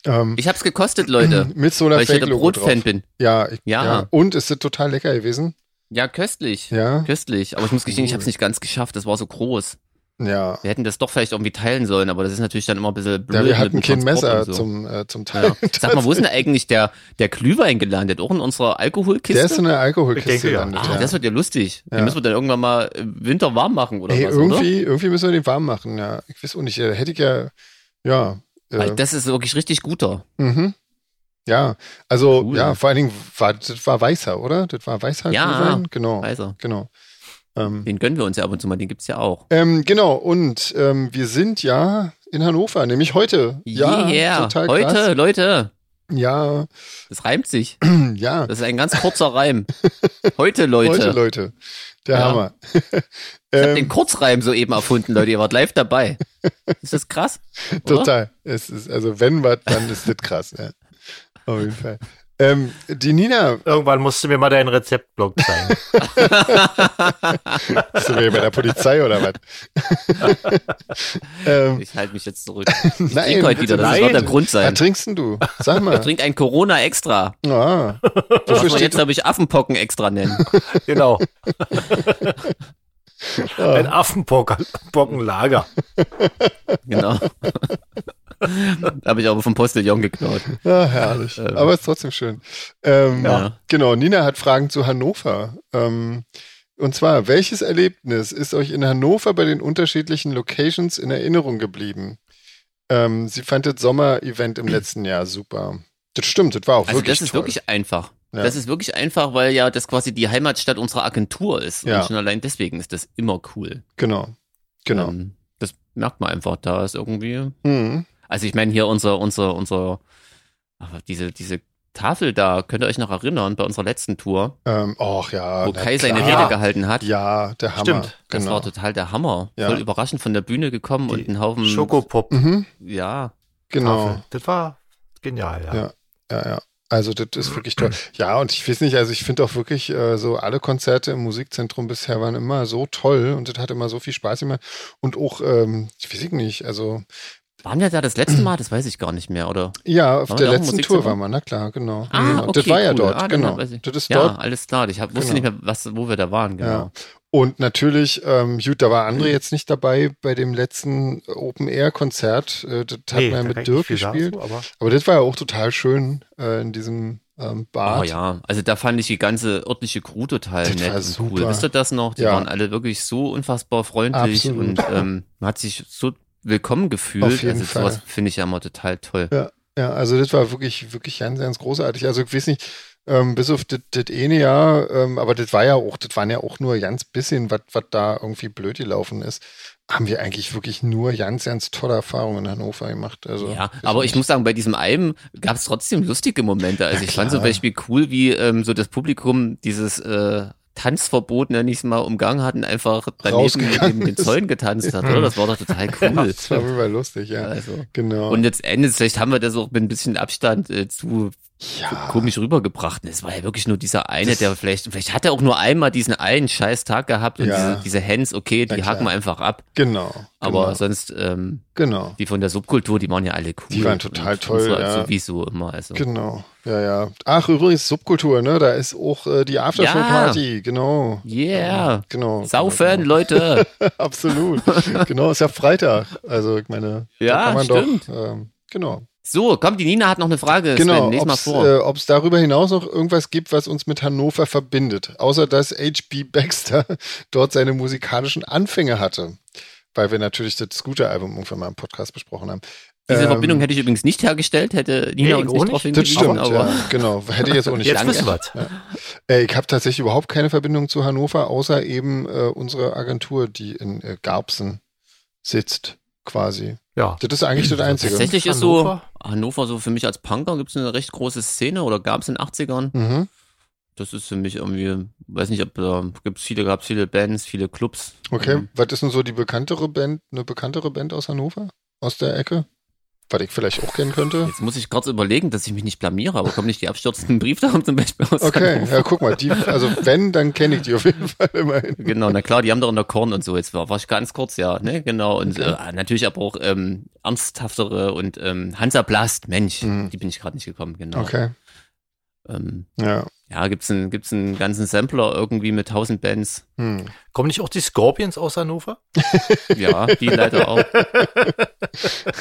Speaker 2: Ähm,
Speaker 1: ich hab's gekostet, Leute.
Speaker 2: mit so einer
Speaker 1: weil ich ja der
Speaker 2: Fake-Logo drauf.
Speaker 1: Brotfan bin.
Speaker 2: Ja, ich,
Speaker 1: Ja.
Speaker 2: ja. Und es ist total lecker gewesen.
Speaker 1: Ja, köstlich.
Speaker 2: Ja.
Speaker 1: Köstlich. Aber ich muss gestehen, ich
Speaker 2: Cool.
Speaker 1: hab's nicht ganz geschafft. Das war so groß.
Speaker 2: Ja.
Speaker 1: Wir hätten das doch vielleicht irgendwie teilen sollen, aber das ist natürlich dann immer ein bisschen blöd.
Speaker 2: Ja, wir
Speaker 1: mit
Speaker 2: hatten
Speaker 1: dem
Speaker 2: kein
Speaker 1: Transport
Speaker 2: Messer
Speaker 1: und so.
Speaker 2: zum, äh, zum Teil.
Speaker 1: Ja. Sag mal, wo ist denn eigentlich der, der Glühwein gelandet? Auch in unserer Alkoholkiste?
Speaker 2: Der ist in der Alkoholkiste
Speaker 3: Ich denke, ja.
Speaker 2: gelandet.
Speaker 1: ah,
Speaker 2: ja.
Speaker 1: das wird ja lustig.
Speaker 2: Ja.
Speaker 1: Den müssen wir dann irgendwann mal im Winter warm machen oder
Speaker 2: Ey,
Speaker 1: was, oder?
Speaker 2: irgendwie, irgendwie müssen wir den warm machen, ja. Ich weiß auch nicht, da hätte ich ja, ja. äh,
Speaker 1: Weil das ist wirklich richtig guter.
Speaker 2: Mhm. Ja, also
Speaker 1: Cool.
Speaker 2: ja, vor allen Dingen war das war weißer, oder? Das war weißer
Speaker 1: Ja,
Speaker 2: Glühwein, genau,
Speaker 1: Weißer.
Speaker 2: genau. Ähm,
Speaker 1: Den gönnen wir uns ja ab und zu mal, den gibt's ja auch.
Speaker 2: ähm, genau und ähm, wir sind ja in Hannover, nämlich heute. Ja,
Speaker 1: yeah.
Speaker 2: total
Speaker 1: Heute,
Speaker 2: krass.
Speaker 1: Leute,
Speaker 2: Ja,
Speaker 1: das reimt sich.
Speaker 2: ja.
Speaker 1: Das ist ein ganz kurzer Reim. Heute, Leute.
Speaker 2: Heute, Leute. Der
Speaker 1: Ja.
Speaker 2: Hammer.
Speaker 1: Ich hab
Speaker 2: ähm,
Speaker 1: den Kurzreim soeben erfunden, Leute. Ihr wart live dabei. Ist das krass? Oder?
Speaker 2: Total. Es ist, also wenn was, dann ist das krass. Ja. Auf jeden Fall. Ähm, die Nina,
Speaker 3: Irgendwann musst du mir mal deinen Rezeptblock zeigen.
Speaker 2: bist du wieder bei der Polizei oder was? ähm,
Speaker 1: Ich halte mich jetzt zurück. Ich trinke heute wieder.
Speaker 2: bitte
Speaker 1: Das
Speaker 2: nicht.
Speaker 1: wird der Grund
Speaker 2: Was
Speaker 1: sein.
Speaker 2: trinkst denn du? Sag
Speaker 1: Ich
Speaker 2: mal.
Speaker 1: trinke ein Corona extra.
Speaker 2: Ah,
Speaker 1: Das
Speaker 2: wofür
Speaker 1: muss man
Speaker 2: steht
Speaker 1: jetzt, glaube ich, Affenpocken extra nennen.
Speaker 3: genau.
Speaker 2: ah,
Speaker 3: Ein Affenpockenlager.
Speaker 1: Genau. Habe ich aber vom Postillon geklaut.
Speaker 2: Ja, herrlich.
Speaker 1: Ähm.
Speaker 2: Aber ist trotzdem schön. Ähm,
Speaker 1: Ja.
Speaker 2: Genau, Nina hat Fragen zu Hannover. Ähm, und zwar, welches Erlebnis ist euch in Hannover bei den unterschiedlichen Locations in Erinnerung geblieben? Ähm, sie fand das Sommer-Event im letzten Jahr super. Das stimmt, das war auch
Speaker 1: Also
Speaker 2: wirklich
Speaker 1: das ist
Speaker 2: toll.
Speaker 1: wirklich einfach.
Speaker 2: Ja.
Speaker 1: Das ist wirklich einfach, weil ja das quasi die Heimatstadt unserer Agentur ist.
Speaker 2: Ja.
Speaker 1: Und schon allein deswegen ist das immer cool.
Speaker 2: Genau, genau.
Speaker 1: Ähm, das merkt man einfach, da ist irgendwie.
Speaker 2: Mhm.
Speaker 1: Also ich meine hier unser, unser, unser, aber diese, diese Tafel da, könnt ihr euch noch erinnern, bei unserer letzten Tour,
Speaker 2: Ähm, och ja.
Speaker 1: wo
Speaker 2: na
Speaker 1: Kai seine
Speaker 2: klar.
Speaker 1: Rede gehalten hat.
Speaker 2: Ja, der Hammer.
Speaker 3: Stimmt,
Speaker 1: Das
Speaker 2: genau.
Speaker 1: war total der Hammer.
Speaker 2: Ja.
Speaker 1: Voll überraschend von der Bühne gekommen
Speaker 3: Die
Speaker 1: und einen Haufen.
Speaker 3: Schokopop.
Speaker 2: mhm,
Speaker 1: Ja.
Speaker 2: genau.
Speaker 3: Tafel. Das war genial, ja.
Speaker 2: Ja. Ja, ja. Also das ist wirklich toll. Ja, und ich weiß nicht, also ich finde auch wirklich äh, so alle Konzerte im Musikzentrum bisher waren immer so toll und das hat immer so viel Spaß gemacht. Und auch, ähm, ich weiß nicht, also
Speaker 1: Waren wir da das letzte Mal? Das weiß ich gar nicht mehr, oder?
Speaker 2: ja, auf
Speaker 1: Waren wir
Speaker 2: der
Speaker 1: da auch im
Speaker 2: letzten Tour
Speaker 1: Musikzentrum?
Speaker 2: war man, na klar, genau.
Speaker 1: Ah,
Speaker 2: genau. das
Speaker 1: okay,
Speaker 2: war ja
Speaker 1: cool.
Speaker 2: dort,
Speaker 1: Ah, dann
Speaker 2: genau.
Speaker 1: weiß ich.
Speaker 2: Das ist
Speaker 1: Ja,
Speaker 2: dort.
Speaker 1: alles klar. Ich hab,
Speaker 2: Genau.
Speaker 1: wusste nicht mehr, was, wo wir da waren, genau.
Speaker 2: Und natürlich, ähm, gut, da war André jetzt nicht dabei bei dem letzten Open-Air-Konzert. Äh, das hat
Speaker 3: Nee,
Speaker 2: man ja
Speaker 3: da kann
Speaker 2: mit
Speaker 3: ich nicht
Speaker 2: Dirk
Speaker 3: viel sagen
Speaker 2: gespielt.
Speaker 3: zu, aber
Speaker 2: Aber das war ja auch total schön äh, in diesem ähm, Bad.
Speaker 1: Oh ja, also da fand ich die ganze örtliche Crew total
Speaker 2: Das
Speaker 1: nett
Speaker 2: war
Speaker 1: und
Speaker 2: super.
Speaker 1: cool. Wisst ihr das noch? Die
Speaker 2: Ja.
Speaker 1: waren alle wirklich so unfassbar freundlich
Speaker 2: Absolut.
Speaker 1: und ähm, man hat sich so willkommen gefühlt.
Speaker 2: Auf jeden
Speaker 1: also sowas
Speaker 2: Fall.
Speaker 1: finde ich ja immer total toll.
Speaker 2: Ja, ja, also das war wirklich, wirklich ganz, ganz großartig. Also ich weiß nicht, ähm, bis auf das das eine Jahr, ähm, aber das war ja auch, das waren ja auch nur ganz bisschen, was was da irgendwie blöd gelaufen ist, haben wir eigentlich wirklich nur ganz, ganz tolle Erfahrungen in Hannover gemacht. Also,
Speaker 1: Ja,
Speaker 2: weiß
Speaker 1: aber ich
Speaker 2: nicht.
Speaker 1: muss sagen, bei diesem Alben gab es trotzdem lustige Momente. Also
Speaker 2: Ja,
Speaker 1: ich fand zum
Speaker 2: klar.
Speaker 1: Beispiel cool, wie ähm, so das Publikum dieses äh, Tanzverbot, nenn ich es mal, umgangen hat und einfach daneben
Speaker 2: Rausgegangen
Speaker 1: neben den
Speaker 2: ist.
Speaker 1: Zäunen getanzt hat, oder? Das war doch total cool.
Speaker 2: Das war wirklich lustig, ja.
Speaker 1: Also.
Speaker 2: Genau.
Speaker 1: Und jetzt endet, vielleicht haben wir das auch mit ein bisschen Abstand äh, zu
Speaker 2: ja,
Speaker 1: komisch rübergebracht. Es war ja wirklich nur dieser eine,
Speaker 2: Das-
Speaker 1: der vielleicht, vielleicht hat er auch nur einmal diesen einen scheiß Tag gehabt und
Speaker 2: Ja.
Speaker 1: diese, diese Hands, okay,
Speaker 2: Na
Speaker 1: die
Speaker 2: klar.
Speaker 1: haken wir einfach ab.
Speaker 2: genau.
Speaker 1: Aber
Speaker 2: genau,
Speaker 1: sonst, ähm,
Speaker 2: genau.
Speaker 1: die von der Subkultur, die waren ja alle cool.
Speaker 2: Die waren total
Speaker 1: und
Speaker 2: toll,
Speaker 1: unsere
Speaker 2: ja.
Speaker 1: Sowieso immer. Also.
Speaker 2: Genau. Ja, ja. Ach, übrigens Subkultur, ne? Da ist auch äh, die Aftershow-Party, genau.
Speaker 1: Yeah.
Speaker 2: Genau.
Speaker 1: Saufen, Leute.
Speaker 2: Absolut. genau, ist ja Freitag. Also ich meine, da
Speaker 1: Ja,
Speaker 2: kann man
Speaker 1: stimmt.
Speaker 2: doch. Ähm, genau.
Speaker 1: So, komm, die Nina hat noch eine Frage.
Speaker 2: Genau.
Speaker 1: Sven, les mal
Speaker 2: Ob es
Speaker 1: vor.
Speaker 2: äh, ob's darüber hinaus noch irgendwas gibt, was uns mit Hannover verbindet, außer dass H.B. Baxter dort seine musikalischen Anfänge hatte. Weil wir natürlich das Scooter-Album irgendwann mal im Podcast besprochen haben.
Speaker 1: Diese
Speaker 2: ähm,
Speaker 1: Verbindung hätte ich übrigens nicht hergestellt, hätte Nina
Speaker 3: Nee,
Speaker 1: uns
Speaker 3: auch
Speaker 1: nicht
Speaker 3: nicht.
Speaker 1: drauf
Speaker 2: Das
Speaker 1: hingewiesen.
Speaker 2: stimmt,
Speaker 1: aber
Speaker 2: ja, genau. Hätte ich jetzt auch nicht
Speaker 3: Jetzt
Speaker 1: Danke.
Speaker 3: wissen wir es.
Speaker 2: Äh, ich habe tatsächlich überhaupt keine Verbindung zu Hannover, außer eben äh, unsere Agentur, die in äh, Garbsen sitzt, quasi.
Speaker 3: Ja.
Speaker 2: Das ist eigentlich das Einzige.
Speaker 1: tatsächlich ist so,
Speaker 3: Hannover?
Speaker 1: Hannover so für mich als Punker gibt es eine recht große Szene oder gab es in den 80ern.
Speaker 2: Mhm.
Speaker 1: Das ist für mich irgendwie, weiß nicht, ob da gibt's viele, gab's viele Bands, viele Clubs.
Speaker 2: Okay,
Speaker 1: Ähm,
Speaker 2: was ist denn so die bekanntere Band, eine bekanntere Band aus Hannover? Aus der Ecke? Was ich vielleicht auch kennen könnte?
Speaker 1: Jetzt muss ich kurz überlegen, dass ich mich nicht blamiere, aber kommen nicht die abstürzenden Brieftaben zum Beispiel aus
Speaker 2: Okay,
Speaker 1: Hannover?
Speaker 2: ja, guck mal, die, also wenn, dann kenne ich die auf jeden Fall immerhin.
Speaker 1: Genau, na klar, die haben doch in der Korn und so. Jetzt war, war ich ganz kurz, ja, ne, genau. Und äh, natürlich aber auch ähm, ernsthaftere und ähm, Hansa Blast, Mensch,
Speaker 2: Mhm.
Speaker 1: die bin ich gerade nicht gekommen, genau.
Speaker 2: Okay,
Speaker 1: Ähm,
Speaker 2: ja.
Speaker 1: ja, gibt's einen, gibt's einen ganzen Sampler irgendwie mit 1000 Bands.
Speaker 2: Hm.
Speaker 3: Kommen nicht auch die Scorpions aus Hannover?
Speaker 1: Ja, die leider auch.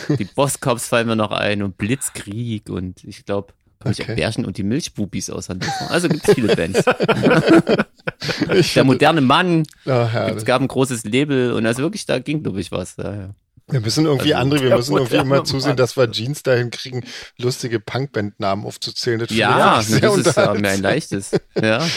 Speaker 1: Die Bosscops fallen mir noch ein und Blitzkrieg und ich glaube, komme ich
Speaker 2: Okay.
Speaker 1: auch Bärchen und die Milchbubis aus Hannover. Also gibt's viele Bands.
Speaker 2: Ich
Speaker 1: Der
Speaker 2: finde-
Speaker 1: moderne Mann,
Speaker 2: Ah,
Speaker 1: es
Speaker 2: herrlich.
Speaker 1: gab ein großes Label und also wirklich, da ging, glaube ich, was. Ja, ja.
Speaker 2: Wir müssen irgendwie
Speaker 1: Also,
Speaker 2: andere, wir
Speaker 3: der
Speaker 2: müssen irgendwie
Speaker 3: moderne
Speaker 2: immer zusehen,
Speaker 3: Mann.
Speaker 2: dass wir Jeans dahin kriegen, lustige Punkbandnamen aufzuzählen. Das
Speaker 1: Ja,
Speaker 2: finde
Speaker 1: das
Speaker 2: ich wirklich
Speaker 1: ist
Speaker 2: sehr
Speaker 1: ja mehr ein leichtes. Ja.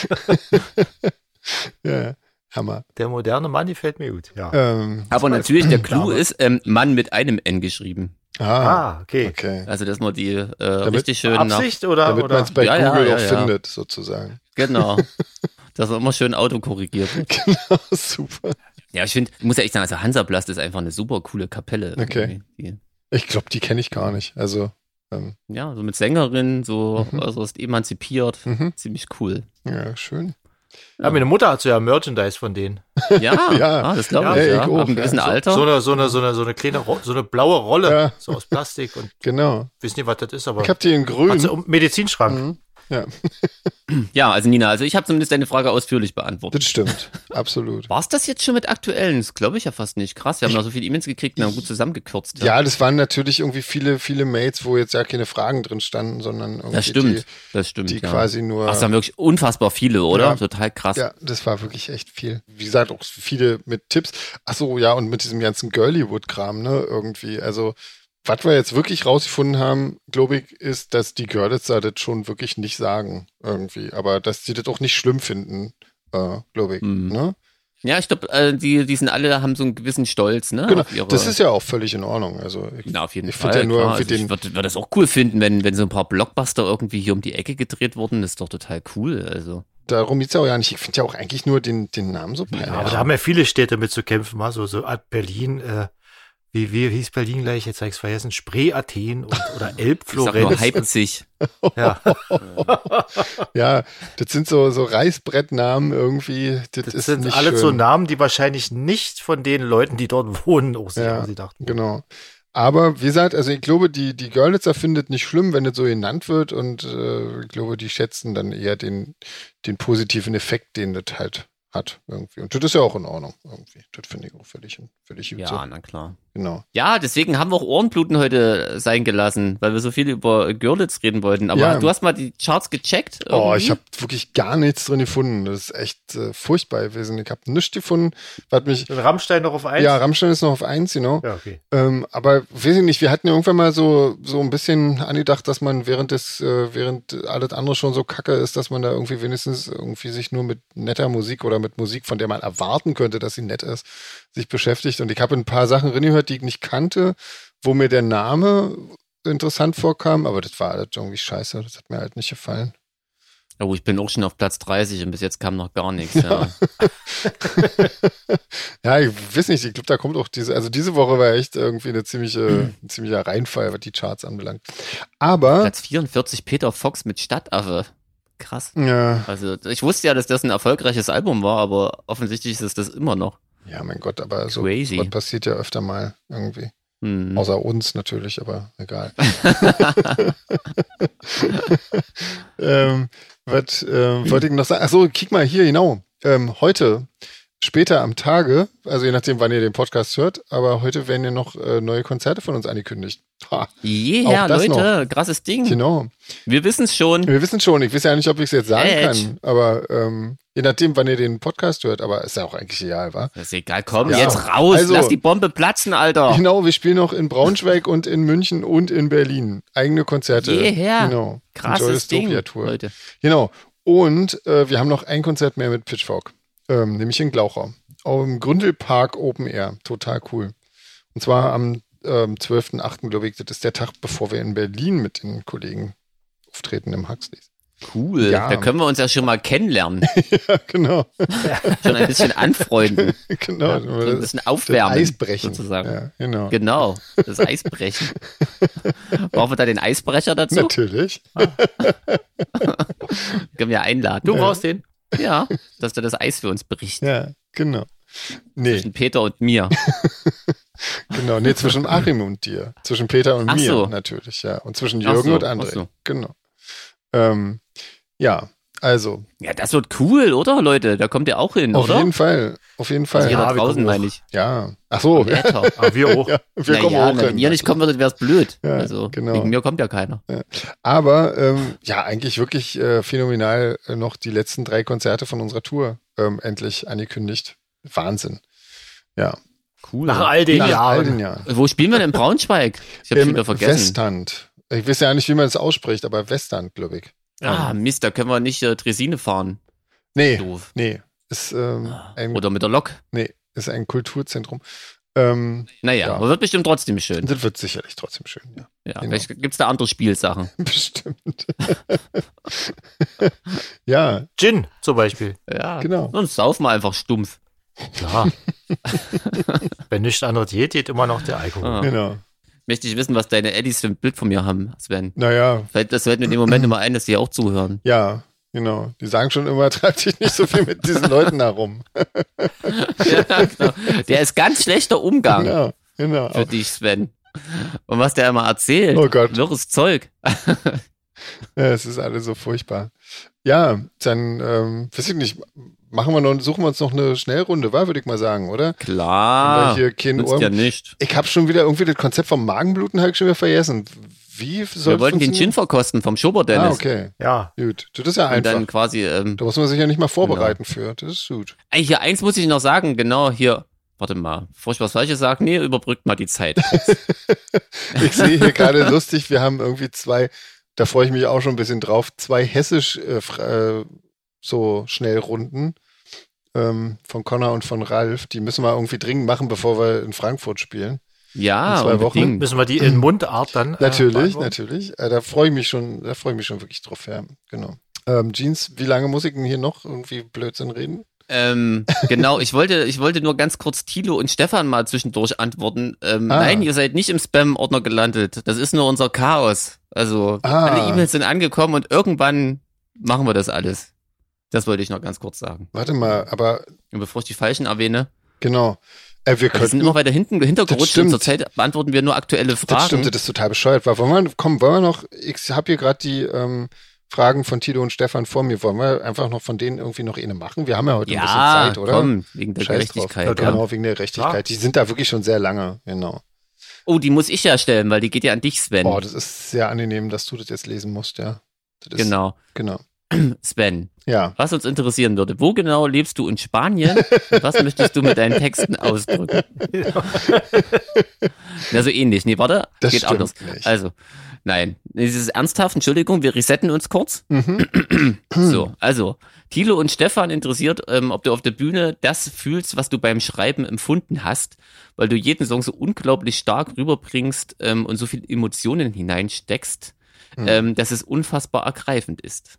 Speaker 2: ja, Hammer.
Speaker 3: Der moderne Mann, die fällt mir gut. Ja.
Speaker 2: Ähm,
Speaker 1: Aber natürlich, der Clou ist ähm, Mann mit einem N geschrieben.
Speaker 2: ah,
Speaker 3: Ah, okay.
Speaker 2: okay.
Speaker 1: Also, dass man die äh, richtig schön nach.
Speaker 3: Absicht oder?
Speaker 2: Damit man
Speaker 3: oder?
Speaker 2: es bei
Speaker 1: Ja, ja,
Speaker 2: Google
Speaker 1: ja,
Speaker 2: auch
Speaker 1: ja.
Speaker 2: findet, sozusagen.
Speaker 1: Genau. Dass man immer schön autokorrigiert wird.
Speaker 2: Genau, super.
Speaker 1: Ja, ich finde, ich muss ja echt sagen, also Hansablast ist einfach eine super coole Kapelle.
Speaker 2: Okay.
Speaker 1: irgendwie.
Speaker 2: Ich glaube, die kenne ich gar nicht. Also, ähm,
Speaker 1: Die, ja, so mit Sängerin, so
Speaker 2: Mhm.
Speaker 1: äußerst emanzipiert.
Speaker 2: mhm.
Speaker 1: Ziemlich cool.
Speaker 2: ja, schön.
Speaker 3: ja, meine Mutter hat so ja Merchandise von denen.
Speaker 1: Ja,
Speaker 2: Ja.
Speaker 1: ah, das glaube
Speaker 3: Ja,
Speaker 1: ich.
Speaker 2: ich
Speaker 1: Ja.
Speaker 2: auch,
Speaker 1: Ab einem
Speaker 2: ja.
Speaker 1: gewissen
Speaker 2: So-
Speaker 1: Alter.
Speaker 3: So eine, so eine, so eine, so eine kleine, Ro- so eine blaue Rolle,
Speaker 2: Ja.
Speaker 3: so aus Plastik und
Speaker 2: Genau.
Speaker 3: wissen nicht, was das ist, aber
Speaker 2: Ich habe die in
Speaker 3: hat
Speaker 1: Also
Speaker 2: grün.
Speaker 3: sie im Medizinschrank.
Speaker 2: Mhm. Ja,
Speaker 1: Ja, also Nina, also ich habe zumindest deine Frage ausführlich beantwortet.
Speaker 2: das stimmt. Absolut.
Speaker 1: War's das jetzt schon mit aktuellen? Das glaube ich ja fast nicht. Krass, wir haben noch so viele E-Mails gekriegt und haben gut zusammengekürzt.
Speaker 2: Ja, das waren natürlich irgendwie viele, viele Mails, wo jetzt ja keine Fragen drin standen, sondern irgendwie
Speaker 1: das stimmt. das stimmt.
Speaker 2: die, die
Speaker 1: ja.
Speaker 2: quasi nur.
Speaker 1: Ach, es haben wirklich unfassbar viele, oder?
Speaker 2: Ja.
Speaker 1: Total krass.
Speaker 2: Ja, das war wirklich echt viel. Wie gesagt, auch viele mit Tipps. Ach so, ja, und mit diesem ganzen Girlywood-Kram, ne, irgendwie. Also, was wir jetzt wirklich rausgefunden haben, glaube ich, ist, dass die Girls da das schon wirklich nicht sagen, irgendwie. Aber dass sie das auch nicht schlimm finden, äh, glaube ich,
Speaker 1: Mhm.
Speaker 2: ne?
Speaker 1: Ja, ich glaube, äh, die, die sind alle, haben so einen gewissen Stolz, ne?
Speaker 2: Genau,
Speaker 1: auf ihre-
Speaker 2: das ist ja auch völlig in Ordnung. Also, ich,
Speaker 1: Na, auf jeden
Speaker 2: ich
Speaker 1: Fall.
Speaker 2: finde ja nur
Speaker 1: klar.
Speaker 2: irgendwie
Speaker 1: also ich
Speaker 2: den-
Speaker 1: würde würd das auch cool finden, wenn, wenn so ein paar Blockbuster irgendwie hier um die Ecke gedreht wurden. Das ist doch total cool. Also.
Speaker 2: darum geht's ja auch ja nicht. Ich finde ja auch eigentlich nur den, den Namen so peinlich.
Speaker 3: Ja, aber da haben ja viele Städte mit zu kämpfen, mal so, so Ad Berlin, äh, wie, wie hieß Berlin gleich, jetzt habe ich es vergessen, Spree Athen und, oder
Speaker 1: Ich sag nur
Speaker 3: Elbflorenz.
Speaker 1: Leipzig.
Speaker 3: Ja,
Speaker 2: ja, das sind so, so Reißbrettnamen irgendwie. Das,
Speaker 3: das
Speaker 2: ist
Speaker 3: sind
Speaker 2: nicht
Speaker 3: alle
Speaker 2: schön.
Speaker 3: so Namen, die wahrscheinlich nicht von den Leuten, die dort wohnen, auch sich
Speaker 2: Ja.
Speaker 3: ja. sie dachten.
Speaker 2: Genau. Aber wie gesagt, also ich glaube, die, die Görlitzer findet nicht schlimm, wenn das so genannt wird und äh, ich glaube, die schätzen dann eher den, den positiven Effekt, den das halt hat irgendwie. Und das ist ja auch in Ordnung irgendwie. Das finde ich auch völlig, völlig gut so.
Speaker 1: Ja, na klar.
Speaker 2: Genau.
Speaker 1: Ja, deswegen haben wir auch Ohrenbluten heute sein gelassen, weil wir so viel über Görlitz reden wollten. Aber
Speaker 2: Ja.
Speaker 1: du hast mal die Charts gecheckt.
Speaker 2: Oh,
Speaker 1: irgendwie?
Speaker 2: ich habe wirklich gar nichts drin gefunden. Das ist echt äh, furchtbar gewesen. Ich habe nichts gefunden, was mich...
Speaker 3: Dann Rammstein noch auf eins?
Speaker 2: Ja, Rammstein ist noch auf eins, genau.
Speaker 3: ja okay.
Speaker 2: Ähm, aber weiß ich nicht, wir hatten ja irgendwann mal so, so ein bisschen angedacht, dass man während des, äh, während alles andere schon so kacke ist, dass man da irgendwie wenigstens irgendwie sich nur mit netter Musik oder mit Musik, von der man erwarten könnte, dass sie nett ist, sich beschäftigt. Und ich habe ein paar Sachen reingehört, die ich nicht kannte, wo mir der Name interessant vorkam, aber das war halt irgendwie scheiße, das hat mir halt nicht gefallen.
Speaker 1: Oh, ich bin auch schon auf Platz 30 und bis jetzt kam noch gar nichts. Ja.
Speaker 2: Ja, ich weiß nicht, ich glaube, da kommt auch diese, also diese Woche war echt irgendwie eine ziemliche, ein ziemlicher Reinfall, was die Charts anbelangt. Aber,
Speaker 1: Platz 44 Peter Fox mit Stadtaffe. Krass.
Speaker 2: ja,
Speaker 1: Also ich wusste ja, dass das ein erfolgreiches Album war, aber offensichtlich ist es das immer noch.
Speaker 2: Ja, mein Gott, aber so
Speaker 1: Crazy.
Speaker 2: was passiert ja öfter mal irgendwie.
Speaker 1: Hm.
Speaker 2: Außer uns natürlich, aber egal. ähm, was ähm, wollte ich noch sagen? Achso, kick mal hier, genau. Ähm, heute, später am Tage, also je nachdem, wann ihr den Podcast hört, aber heute werden ja noch äh, neue Konzerte von uns angekündigt. Ha,
Speaker 1: Yeah,
Speaker 2: Auch das
Speaker 1: Leute, krasses Ding.
Speaker 2: genau.
Speaker 1: Wir wissen es schon.
Speaker 2: Wir wissen schon, ich weiß ja nicht, ob ich es jetzt sagen
Speaker 1: Äh,
Speaker 2: kann, aber ähm, je nachdem, wann ihr den Podcast hört, aber ist ja auch eigentlich egal, wa?
Speaker 1: Das ist egal, komm
Speaker 2: Ja.
Speaker 1: jetzt raus,
Speaker 2: Also-
Speaker 1: lass die Bombe platzen, Alter.
Speaker 2: Genau, wir spielen noch in Braunschweig und in München und in Berlin. Eigene Konzerte.
Speaker 1: Jeher.
Speaker 2: Genau. Enjoy
Speaker 1: Krasses Ding,
Speaker 2: Dystopia Tour.
Speaker 1: Leute.
Speaker 2: Genau. Und äh, wir haben noch ein Konzert mehr mit Pitchfork, ähm, nämlich in Glauchau. Auch Im Gründelpark Open Air. Total cool. Und zwar am ähm, 12.8., glaube ich, das ist der Tag, bevor wir in Berlin mit den Kollegen auftreten im Huxleys.
Speaker 1: Cool,
Speaker 2: Ja.
Speaker 1: da können wir uns ja schon mal kennenlernen,
Speaker 2: Ja, genau.
Speaker 1: schon ein bisschen anfreunden,
Speaker 2: genau.
Speaker 1: ja, so ein bisschen aufwärmen.
Speaker 2: das Eisbrechen.
Speaker 1: Sozusagen.
Speaker 2: Ja, genau.
Speaker 1: Genau, das Eisbrechen. Brauchen wir da den Eisbrecher dazu?
Speaker 2: Natürlich.
Speaker 1: Können wir einladen.
Speaker 3: Du brauchst den?
Speaker 1: Ja, dass der das Eis für uns berichtet.
Speaker 2: Ja, genau. Nee.
Speaker 1: Zwischen Peter und mir.
Speaker 2: Genau, nee, zwischen Achim und dir. Zwischen Peter und
Speaker 1: Ach
Speaker 2: mir
Speaker 1: so.
Speaker 2: natürlich, ja. Und zwischen
Speaker 1: Ach
Speaker 2: Jürgen
Speaker 1: so,
Speaker 2: und
Speaker 1: ach
Speaker 2: André.
Speaker 1: so.
Speaker 2: Genau. Ähm, ja, also,
Speaker 1: Ja, das wird cool, oder Leute? Da kommt ihr auch hin,
Speaker 2: auf
Speaker 1: oder?
Speaker 2: jeden Fall. Auf jeden Fall.
Speaker 1: Also ihr
Speaker 2: Ja.
Speaker 1: da
Speaker 3: Ja, wir
Speaker 1: draußen
Speaker 3: kommen
Speaker 1: meine ich.
Speaker 2: Ach so, ja,
Speaker 1: Wetter.
Speaker 3: Aber Ah, wir auch.
Speaker 2: wir kommen
Speaker 1: ja,
Speaker 2: auch
Speaker 1: na,
Speaker 2: hin.
Speaker 1: Wenn ihr nicht kommen würdet, wäre es blöd.
Speaker 2: Ja,
Speaker 1: also
Speaker 2: genau.
Speaker 1: wegen mir kommt ja keiner.
Speaker 2: Aber ähm, ja, eigentlich wirklich äh, phänomenal äh, noch die letzten drei Konzerte von unserer Tour ähm, endlich angekündigt. Wahnsinn. Ja.
Speaker 1: Cool.
Speaker 3: Nach all den
Speaker 2: Nach all
Speaker 3: Jahren.
Speaker 2: den Jahren.
Speaker 1: Wo spielen wir denn in Braunschweig? Ich hab's
Speaker 2: Im
Speaker 1: wieder vergessen.
Speaker 2: Westhand. Ich weiß ja nicht, wie man das ausspricht, aber Westhand, glaube ich.
Speaker 1: Ah, Mist, da können wir nicht äh, Dresine fahren.
Speaker 2: Nee,
Speaker 1: Doof.
Speaker 2: nee. Ist, ähm, ein,
Speaker 1: Oder mit der Lok.
Speaker 2: nee, ist ein Kulturzentrum. Ähm,
Speaker 1: Naja,
Speaker 2: Ja.
Speaker 1: aber wird bestimmt trotzdem schön.
Speaker 2: Das wird sicherlich trotzdem schön, ja.
Speaker 1: Ja,
Speaker 2: genau.
Speaker 1: Vielleicht gibt's da andere Spielsachen.
Speaker 2: Bestimmt. ja,
Speaker 3: Gin zum Beispiel.
Speaker 1: Ja,
Speaker 2: Genau.
Speaker 1: Sonst saufen wir einfach stumpf.
Speaker 3: Klar. Wenn nichts anderes geht, geht immer noch der Alkohol.
Speaker 1: Ah.
Speaker 2: genau.
Speaker 1: Möchte ich wissen, was deine Eddies für ein Bild von mir haben, Sven.
Speaker 2: Naja,
Speaker 1: Fällt- Das fällt mir in dem Moment immer ein, dass die auch zuhören.
Speaker 2: ja, genau. Die sagen schon immer, treib dich nicht so viel mit diesen Leuten herum.
Speaker 1: ja, genau. Der ist ganz schlechter Umgang
Speaker 2: Ja, genau.
Speaker 1: für dich, Sven. Und was der immer erzählt.
Speaker 2: Oh Gott.
Speaker 1: Wirres Zeug.
Speaker 2: Ja, es ist alles so furchtbar. Ja, dann, ähm, weiß ich nicht, machen wir noch, suchen wir uns noch eine Schnellrunde, war, würde ich mal sagen, oder? Haben wir
Speaker 1: Klar.
Speaker 2: hier keinen
Speaker 1: Ah, Nützt
Speaker 2: Ohr-
Speaker 1: ja nicht.
Speaker 2: Ich habe schon wieder irgendwie das Konzept vom Magenbluten halt schon wieder vergessen. Wie soll
Speaker 1: Wir wollten den Gin verkosten vom Schubert Dennis.
Speaker 2: Ah, okay.
Speaker 3: Ja,
Speaker 2: Gut. Das ist ja
Speaker 1: Und
Speaker 2: einfach.
Speaker 1: dann quasi, ähm,
Speaker 2: da muss man sich ja nicht mal vorbereiten für. Das ist gut.
Speaker 1: ey, hier eins muss ich noch sagen, genau hier. Warte mal, bevor ich was Falsches sage, nee, überbrückt mal die Zeit.
Speaker 2: Ich sehe hier gerade lustig, wir haben irgendwie zwei, da freue ich mich auch schon ein bisschen drauf, zwei hessisch äh, fr- äh, so Schnellrunden ähm, von Connor und von Ralf. Die müssen wir irgendwie dringend machen, bevor wir in Frankfurt spielen.
Speaker 1: Ja,
Speaker 2: In zwei Wochen?
Speaker 1: unbedingt.
Speaker 3: müssen wir die in Mundart dann. äh,
Speaker 2: Natürlich,
Speaker 3: beantworten?
Speaker 2: natürlich. Äh, da freue ich mich schon, da freue ich mich schon wirklich drauf, ja. Genau. Ähm, Jeans, wie lange muss ich denn hier noch irgendwie Blödsinn reden?
Speaker 1: Ähm, genau, ich wollte, ich wollte nur ganz kurz Thilo und Stefan mal zwischendurch antworten. Ähm,
Speaker 2: Ah.
Speaker 1: Nein, ihr seid nicht im Spam-Ordner gelandet. Das ist nur unser Chaos. Also,
Speaker 2: Ah.
Speaker 1: alle E-Mails sind angekommen und irgendwann machen wir das alles. Das wollte ich noch ganz kurz sagen.
Speaker 2: Warte mal, aber
Speaker 1: Und bevor ich die Falschen erwähne,
Speaker 2: genau. Äh, wir
Speaker 1: wir sind
Speaker 2: könnten
Speaker 1: immer weiter hinten
Speaker 2: Das
Speaker 1: hintergerutscht
Speaker 2: stimmt.
Speaker 1: und zurzeit beantworten wir nur aktuelle Fragen.
Speaker 2: Das stimmt, das ist total bescheuert. War, wollen wir, komm, wollen wir noch, ich habe hier gerade die ähm, Fragen von Tito und Stefan vor mir. Wollen wir einfach noch von denen irgendwie noch eine machen? Wir haben ja heute ein
Speaker 1: ja,
Speaker 2: bisschen Zeit, oder?
Speaker 1: komm, wegen der
Speaker 2: Scheiß drauf. Ja,
Speaker 1: Gerechtigkeit. Ja.
Speaker 2: genau, wegen der Gerechtigkeit.
Speaker 3: Klar.
Speaker 2: Die sind da wirklich schon sehr lange, genau.
Speaker 1: Oh, die muss ich ja stellen, weil die geht ja an dich, Sven.
Speaker 2: Boah, das ist sehr angenehm, dass du das jetzt lesen musst, ja. Das ist,
Speaker 1: genau.
Speaker 2: Genau.
Speaker 1: Sven,
Speaker 2: Ja.
Speaker 1: Was uns interessieren würde, wo genau lebst du in Spanien und was möchtest du mit deinen Texten ausdrücken? Na, so ähnlich. Nee, warte,
Speaker 2: Das
Speaker 1: geht
Speaker 2: stimmt
Speaker 1: anders.
Speaker 2: nicht.
Speaker 1: Also, nein. Es ist ernsthaft, Entschuldigung, wir resetten uns kurz.
Speaker 2: Mhm.
Speaker 1: So, also, Thilo und Stefan interessiert, ähm, ob du auf der Bühne das fühlst, was du beim Schreiben empfunden hast, weil du jeden Song so unglaublich stark rüberbringst ähm, und so viel Emotionen hineinsteckst,
Speaker 2: Mhm.
Speaker 1: ähm, dass es unfassbar ergreifend ist.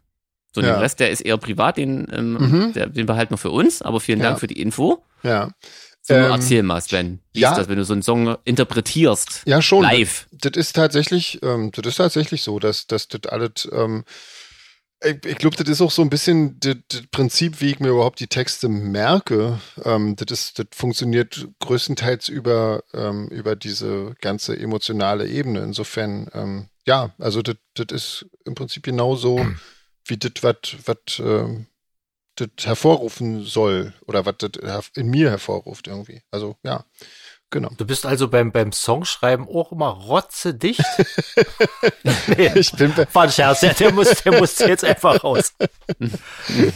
Speaker 1: So,
Speaker 2: Ja.
Speaker 1: den Rest, der ist eher privat, den, ähm,
Speaker 2: Mhm.
Speaker 1: der, den behalten wir für uns, aber vielen
Speaker 2: Ja.
Speaker 1: Dank für die Info.
Speaker 2: Ja.
Speaker 1: So,
Speaker 2: Ähm,
Speaker 1: erzähl mal, Sven, wie
Speaker 2: ja.
Speaker 1: ist das, wenn du so einen Song interpretierst?
Speaker 2: Ja, schon.
Speaker 1: Live.
Speaker 2: Das ist tatsächlich, ähm, das ist tatsächlich so, dass, dass das alles, ähm, ich, ich glaube, das ist auch so ein bisschen das, das Prinzip, wie ich mir überhaupt die Texte merke. Ähm, das, ist, das funktioniert größtenteils über, ähm, über diese ganze emotionale Ebene. Insofern, ähm, ja, also das, das ist im Prinzip genauso wie das, was was, ähm, das hervorrufen soll oder was das herv- in mir hervorruft irgendwie. Also ja, genau.
Speaker 3: Du bist also beim, beim Songschreiben auch immer rotzedicht. nee,
Speaker 2: Ich bin,
Speaker 3: war ein Scherz, der, der, muss, der muss jetzt einfach raus.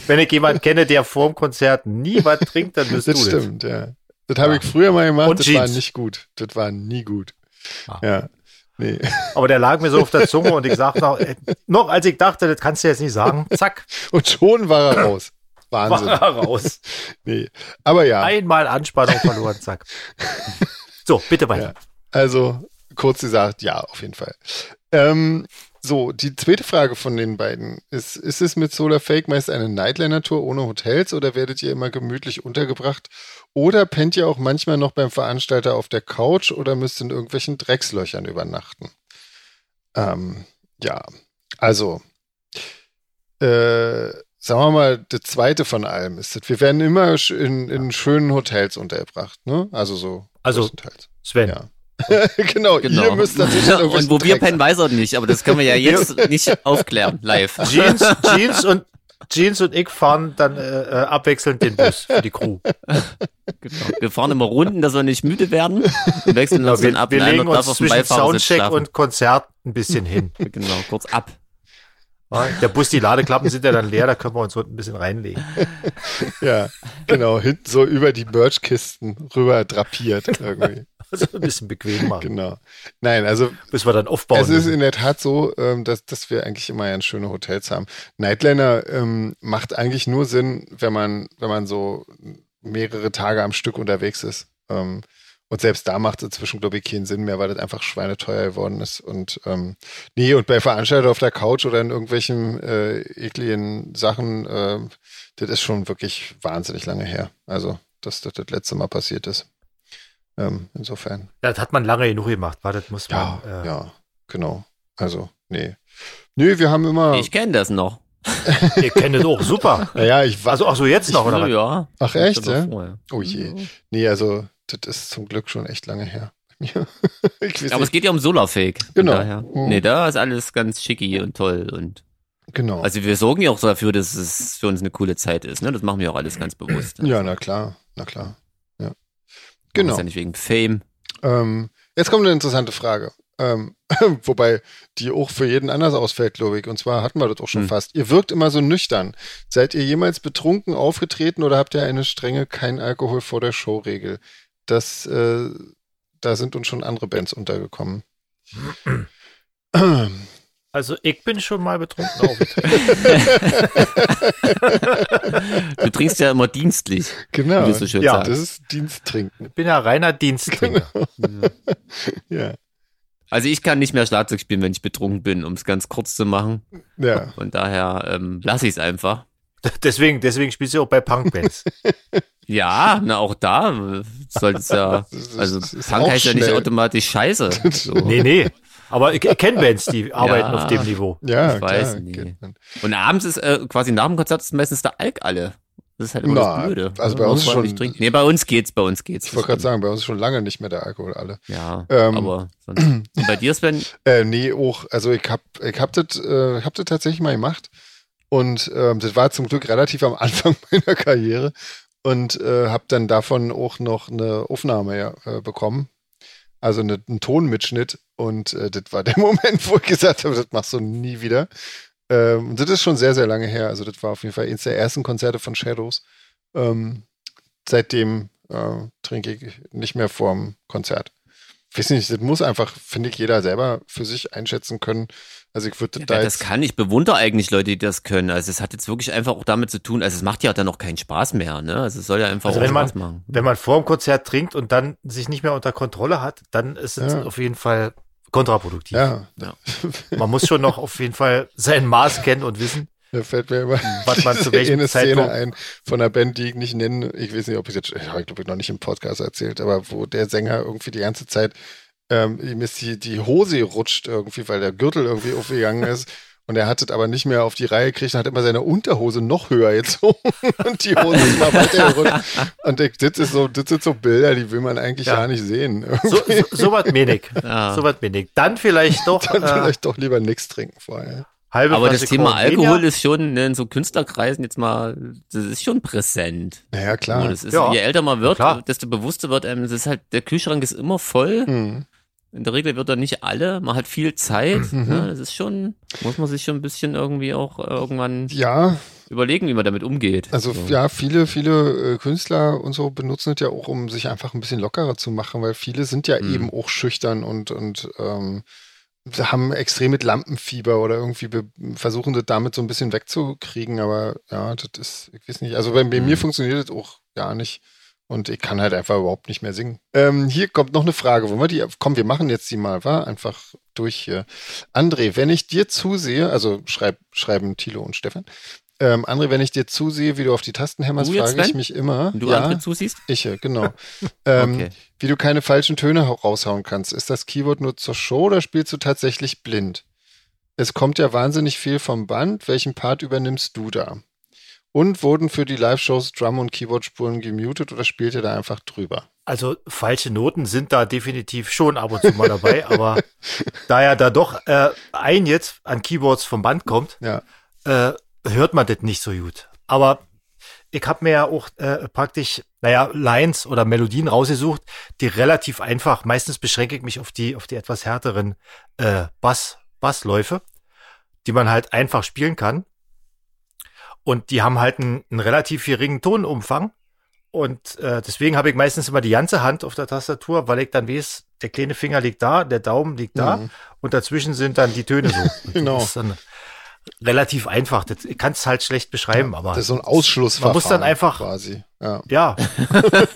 Speaker 3: Wenn ich jemanden kenne, der vorm Konzert nie was trinkt, dann bist
Speaker 2: Das
Speaker 3: du das.
Speaker 2: stimmt, ja. Das habe ich früher mal gemacht,
Speaker 3: Und
Speaker 2: das war
Speaker 3: Jeans.
Speaker 2: nicht gut. Das war nie gut.
Speaker 3: Ah.
Speaker 2: Ja. Nee.
Speaker 3: Aber der lag mir so auf der Zunge und ich sagte noch, äh, noch als ich dachte, das kannst du jetzt nicht sagen, zack,
Speaker 2: Und schon war er raus.
Speaker 3: war
Speaker 2: Wahnsinn.
Speaker 3: er raus.
Speaker 2: Nee. Aber ja,
Speaker 3: Einmal Anspannung verloren, zack. So, bitte weiter.
Speaker 2: also kurz gesagt, ja, auf jeden Fall. Ähm, so, die zweite Frage von den beiden ist: Ist es mit Solar Fake meist eine Nightliner-Tour ohne Hotels oder werdet ihr immer gemütlich untergebracht? Oder pennt ihr auch manchmal noch beim Veranstalter auf der Couch oder müsst in irgendwelchen Dreckslöchern übernachten? Ähm, ja, also, äh, sagen wir mal, das zweite von allem ist, das, wir werden immer sch- in, in schönen Hotels untergebracht, ne? Also so.
Speaker 3: Also,
Speaker 2: größtenteils.
Speaker 3: Sven,
Speaker 2: Ja. genau,
Speaker 1: Genau.
Speaker 2: ihr müsst natürlich in
Speaker 1: und
Speaker 2: irgendwelchen
Speaker 1: wo wir
Speaker 2: Dreck-
Speaker 1: pennen, weiß er nicht, aber das können wir ja jetzt nicht aufklären, live.
Speaker 3: Jeans, Jeans und Jeans und ich fahren dann äh, äh, abwechselnd den Bus für die Crew.
Speaker 1: Genau. Wir fahren immer Runden, dass wir nicht müde werden und wechseln uns dann
Speaker 3: Genau, wir
Speaker 1: ab.
Speaker 3: wir
Speaker 1: Einer
Speaker 3: legen
Speaker 1: darf
Speaker 3: uns
Speaker 1: auf dem
Speaker 3: zwischen
Speaker 1: Beifahrersitz
Speaker 3: Soundcheck
Speaker 1: schlafen.
Speaker 3: und Konzert ein bisschen hin.
Speaker 1: Genau, kurz ab.
Speaker 3: Der Bus, die Ladeklappen sind ja dann leer, da können wir uns so ein bisschen reinlegen.
Speaker 2: Ja, genau, hinten so über die Birchkisten rüber drapiert irgendwie.
Speaker 3: Also ein bisschen bequem machen.
Speaker 2: Genau. Nein, also
Speaker 3: Müssen wir dann aufbauen.
Speaker 2: es ist
Speaker 3: müssen.
Speaker 2: in der Tat so, ähm, dass, dass wir eigentlich immer ganz schöne Hotels haben. Nightliner ähm, macht eigentlich nur Sinn, wenn man, wenn man so mehrere Tage am Stück unterwegs ist. Ähm, und selbst da macht es inzwischen, glaube ich, keinen Sinn mehr, weil das einfach schweineteuer geworden ist. Und ähm, nee, und bei Veranstaltern auf der Couch oder in irgendwelchen äh, ekligen Sachen, äh, das ist schon wirklich wahnsinnig lange her. Also, dass das das letzte Mal passiert ist. Ähm, insofern.
Speaker 3: das hat man lange genug gemacht. War, das muss
Speaker 2: Ja,
Speaker 3: man. äh,
Speaker 2: ja, genau. Also, nee. Nee, wir haben immer.
Speaker 1: Ich kenne das noch.
Speaker 3: Ihr kennt das auch, super.
Speaker 2: naja, ich war.
Speaker 3: Also, ach so, jetzt noch,
Speaker 1: Ja,
Speaker 3: oder was?
Speaker 1: ja.
Speaker 2: Ach, echt, ja?
Speaker 1: Vorher.
Speaker 2: Oh je. Nee, also, das ist zum Glück schon echt lange her. Ich Ja, ich weiß
Speaker 1: Aber es
Speaker 2: nicht.
Speaker 1: geht ja um Solarfake. von
Speaker 2: Genau.
Speaker 1: Daher.
Speaker 2: Mhm.
Speaker 1: Nee, da ist alles ganz schicki und toll. Und
Speaker 2: Genau.
Speaker 1: also wir sorgen ja auch dafür, dass es für uns eine coole Zeit ist. Ne? Das machen wir auch alles ganz bewusst. ne?
Speaker 2: ja, na klar, na klar. Ja.
Speaker 1: Machen
Speaker 2: Genau.
Speaker 1: wir's Ja nicht wegen Fame.
Speaker 2: Ähm, jetzt kommt eine interessante Frage. Ähm, wobei die auch für jeden anders ausfällt, glaube ich. Und zwar hatten wir das auch schon
Speaker 1: Hm.
Speaker 2: fast. Ihr wirkt immer so nüchtern. Seid ihr jemals betrunken aufgetreten oder habt ihr eine strenge kein Alkohol vor der Show-Regel? Das, äh, da sind uns schon andere Bands untergekommen.
Speaker 1: Genau.
Speaker 3: Also ich bin schon mal betrunken aufgetreten.
Speaker 1: Du trinkst ja immer dienstlich, wie
Speaker 2: genau.
Speaker 1: du so schön
Speaker 3: Ja,
Speaker 1: sagst.
Speaker 2: Das ist Diensttrinken.
Speaker 3: Ich bin ja reiner Diensttrinker.
Speaker 2: Ja.
Speaker 1: Also ich kann nicht mehr Schlagzeug spielen, wenn ich betrunken bin, um es ganz kurz zu machen.
Speaker 2: Ja.
Speaker 1: Und daher ähm, lasse ich es einfach.
Speaker 3: Deswegen, deswegen spielst du auch bei Punkbands.
Speaker 1: Ja, na auch da sollte es ja.
Speaker 2: Das ist-
Speaker 1: Also
Speaker 2: das ist
Speaker 1: Punk
Speaker 2: auch
Speaker 1: heißt ja nicht
Speaker 2: schnell.
Speaker 1: automatisch Scheiße. So.
Speaker 3: nee, nee. Aber ich, ich kenne Bands, die
Speaker 1: Ja.
Speaker 3: arbeiten auf dem Niveau.
Speaker 2: Ja,
Speaker 1: Ich weiß
Speaker 2: klar.
Speaker 1: nie.
Speaker 2: Kennt man.
Speaker 1: Und abends ist äh, quasi nach dem Konzert ist meistens der Alk alle. Das ist halt immer
Speaker 2: Na,
Speaker 1: das Blöde.
Speaker 2: also bei
Speaker 1: Man
Speaker 2: uns
Speaker 1: muss ordentlich
Speaker 2: schon-
Speaker 1: Trinken. Nee, bei uns geht's, bei uns geht's.
Speaker 2: Ich wollte gerade sagen, bei uns ist schon lange nicht mehr der Alkohol alle.
Speaker 1: Ja,
Speaker 2: Ähm.
Speaker 1: aber sonst. Und bei dir, Sven?
Speaker 2: Äh, nee, auch. Also ich hab, ich hab das, äh, ich hab das tatsächlich mal gemacht. Und ähm, das war zum Glück relativ am Anfang meiner Karriere. Und äh, hab dann davon auch noch eine Aufnahme ja, äh, bekommen. Also eine, einen Tonmitschnitt. Und äh, das war der Moment, wo ich gesagt habe, das machst du nie wieder. Ähm, und das ist schon sehr, sehr lange her. Also das war auf jeden Fall eines der ersten Konzerte von Shadows. Ähm, seitdem äh, trinke ich nicht mehr vorm Konzert weiß nicht, das muss einfach, finde ich, jeder selber für sich einschätzen können. Also ich würde
Speaker 1: Ja,
Speaker 2: da
Speaker 1: wer das
Speaker 2: jetzt,
Speaker 1: kann, ich bewundere eigentlich Leute, die das können. Also es hat jetzt wirklich einfach auch damit zu tun, also es macht ja dann auch keinen Spaß mehr, ne? Also es soll ja einfach
Speaker 3: Also
Speaker 1: auch
Speaker 3: wenn man-
Speaker 1: Spaß machen.
Speaker 3: Wenn man vor dem Konzert trinkt und dann sich nicht mehr unter Kontrolle hat, dann ist es
Speaker 2: Ja.
Speaker 3: auf jeden Fall kontraproduktiv.
Speaker 2: ja,
Speaker 3: Man muss schon noch auf jeden Fall sein Maß kennen und wissen,
Speaker 2: da fällt mir immer
Speaker 3: Mhm. was man zu welchem
Speaker 2: eine Szene
Speaker 3: Zeitpunkt.
Speaker 2: ein von einer Band, die ich nicht nenne. Ich weiß nicht, ob ich jetzt, ich habe glaube ich noch nicht im Podcast erzählt, aber wo der Sänger irgendwie die ganze Zeit, ähm, ihm ist die, die Hose rutscht irgendwie, weil der Gürtel irgendwie aufgegangen ist. Und er hat es aber nicht mehr auf die Reihe gekriegt und hat immer seine Unterhose noch höher gezogen und die Hose ist immer weiter gerutscht. Und ich, das, ist so, das sind so Bilder, die will man eigentlich
Speaker 3: Ja.
Speaker 2: gar nicht sehen.
Speaker 3: So, so, so was wenig.
Speaker 1: Ja.
Speaker 3: So was wenig. Dann vielleicht doch
Speaker 2: Dann
Speaker 3: äh,
Speaker 2: vielleicht doch lieber nichts trinken vorher.
Speaker 3: halbe
Speaker 1: Aber das
Speaker 3: Flasche
Speaker 1: Thema
Speaker 3: Kornbenia.
Speaker 1: Alkohol ist schon ne, in so Künstlerkreisen jetzt mal, das ist schon präsent.
Speaker 2: Naja,
Speaker 1: Und
Speaker 2: klar.
Speaker 1: es ist,
Speaker 3: Ja.
Speaker 1: Je älter man wird,
Speaker 3: Klar.
Speaker 1: desto bewusster wird einem, es ist halt, der Kühlschrank ist immer voll.
Speaker 2: Hm.
Speaker 1: In der Regel wird er nicht alle, man hat viel Zeit. Ne? Das ist schon, muss man sich schon ein bisschen irgendwie auch äh, irgendwann
Speaker 2: Ja,
Speaker 1: überlegen, wie man damit umgeht.
Speaker 2: also
Speaker 1: So.
Speaker 2: ja, viele, viele äh, Künstler und so benutzen es ja auch, um sich einfach ein bisschen lockerer zu machen, weil viele sind ja
Speaker 1: Hm.
Speaker 2: eben auch schüchtern und, und ähm, haben extrem mit Lampenfieber oder irgendwie be- versuchen das damit so ein bisschen wegzukriegen, aber ja, das ist, ich weiß nicht, also bei, bei mir
Speaker 1: Hm.
Speaker 2: funktioniert das auch gar nicht. Und ich kann halt einfach überhaupt nicht mehr singen. Ähm, hier kommt noch eine Frage. Wollen wir die? Komm, wir machen jetzt die mal, war? Einfach durch hier. André, wenn ich dir zusehe, also schreib, schreiben Thilo und Stefan. Ähm, André, wenn ich dir zusehe, wie du auf die Tasten hämmerst,
Speaker 1: Du jetzt,
Speaker 2: frage ich
Speaker 1: Sven?
Speaker 2: mich immer.
Speaker 1: Wenn du
Speaker 2: ja,
Speaker 1: andere zusiehst?
Speaker 2: ich, äh, genau. ähm,
Speaker 1: Okay.
Speaker 2: Wie du keine falschen Töne hau- raushauen kannst. Ist das Keyword nur zur Show oder spielst du tatsächlich blind? Es kommt ja wahnsinnig viel vom Band. Welchen Part übernimmst du da? Und wurden für die Live-Shows Drum- und Keyboard-Spuren gemutet oder spielt ihr da einfach drüber?
Speaker 3: Also falsche Noten sind da definitiv schon ab und zu mal dabei, aber da ja da doch äh, ein jetzt an Keyboards vom Band kommt,
Speaker 2: Ja.
Speaker 3: äh, hört man das nicht so gut. Aber ich habe mir ja auch äh, praktisch, naja, Lines oder Melodien rausgesucht, die relativ einfach, meistens beschränke ich mich auf die, auf die etwas härteren äh, Bass, Bassläufe, die man halt einfach spielen kann. Und die haben halt einen, einen relativ geringen Tonumfang. Und äh, deswegen habe ich meistens immer die ganze Hand auf der Tastatur, weil ich dann weiß, der kleine Finger liegt da, der Daumen liegt da
Speaker 2: Mhm.
Speaker 3: und dazwischen sind dann die Töne so. Und
Speaker 2: Genau.
Speaker 3: Das ist dann relativ einfach. Das kann es halt schlecht beschreiben, aber
Speaker 2: Das ist so ein Ausschlussverfahren.
Speaker 3: Man muss dann einfach-
Speaker 2: Quasi. Ja.
Speaker 3: ja,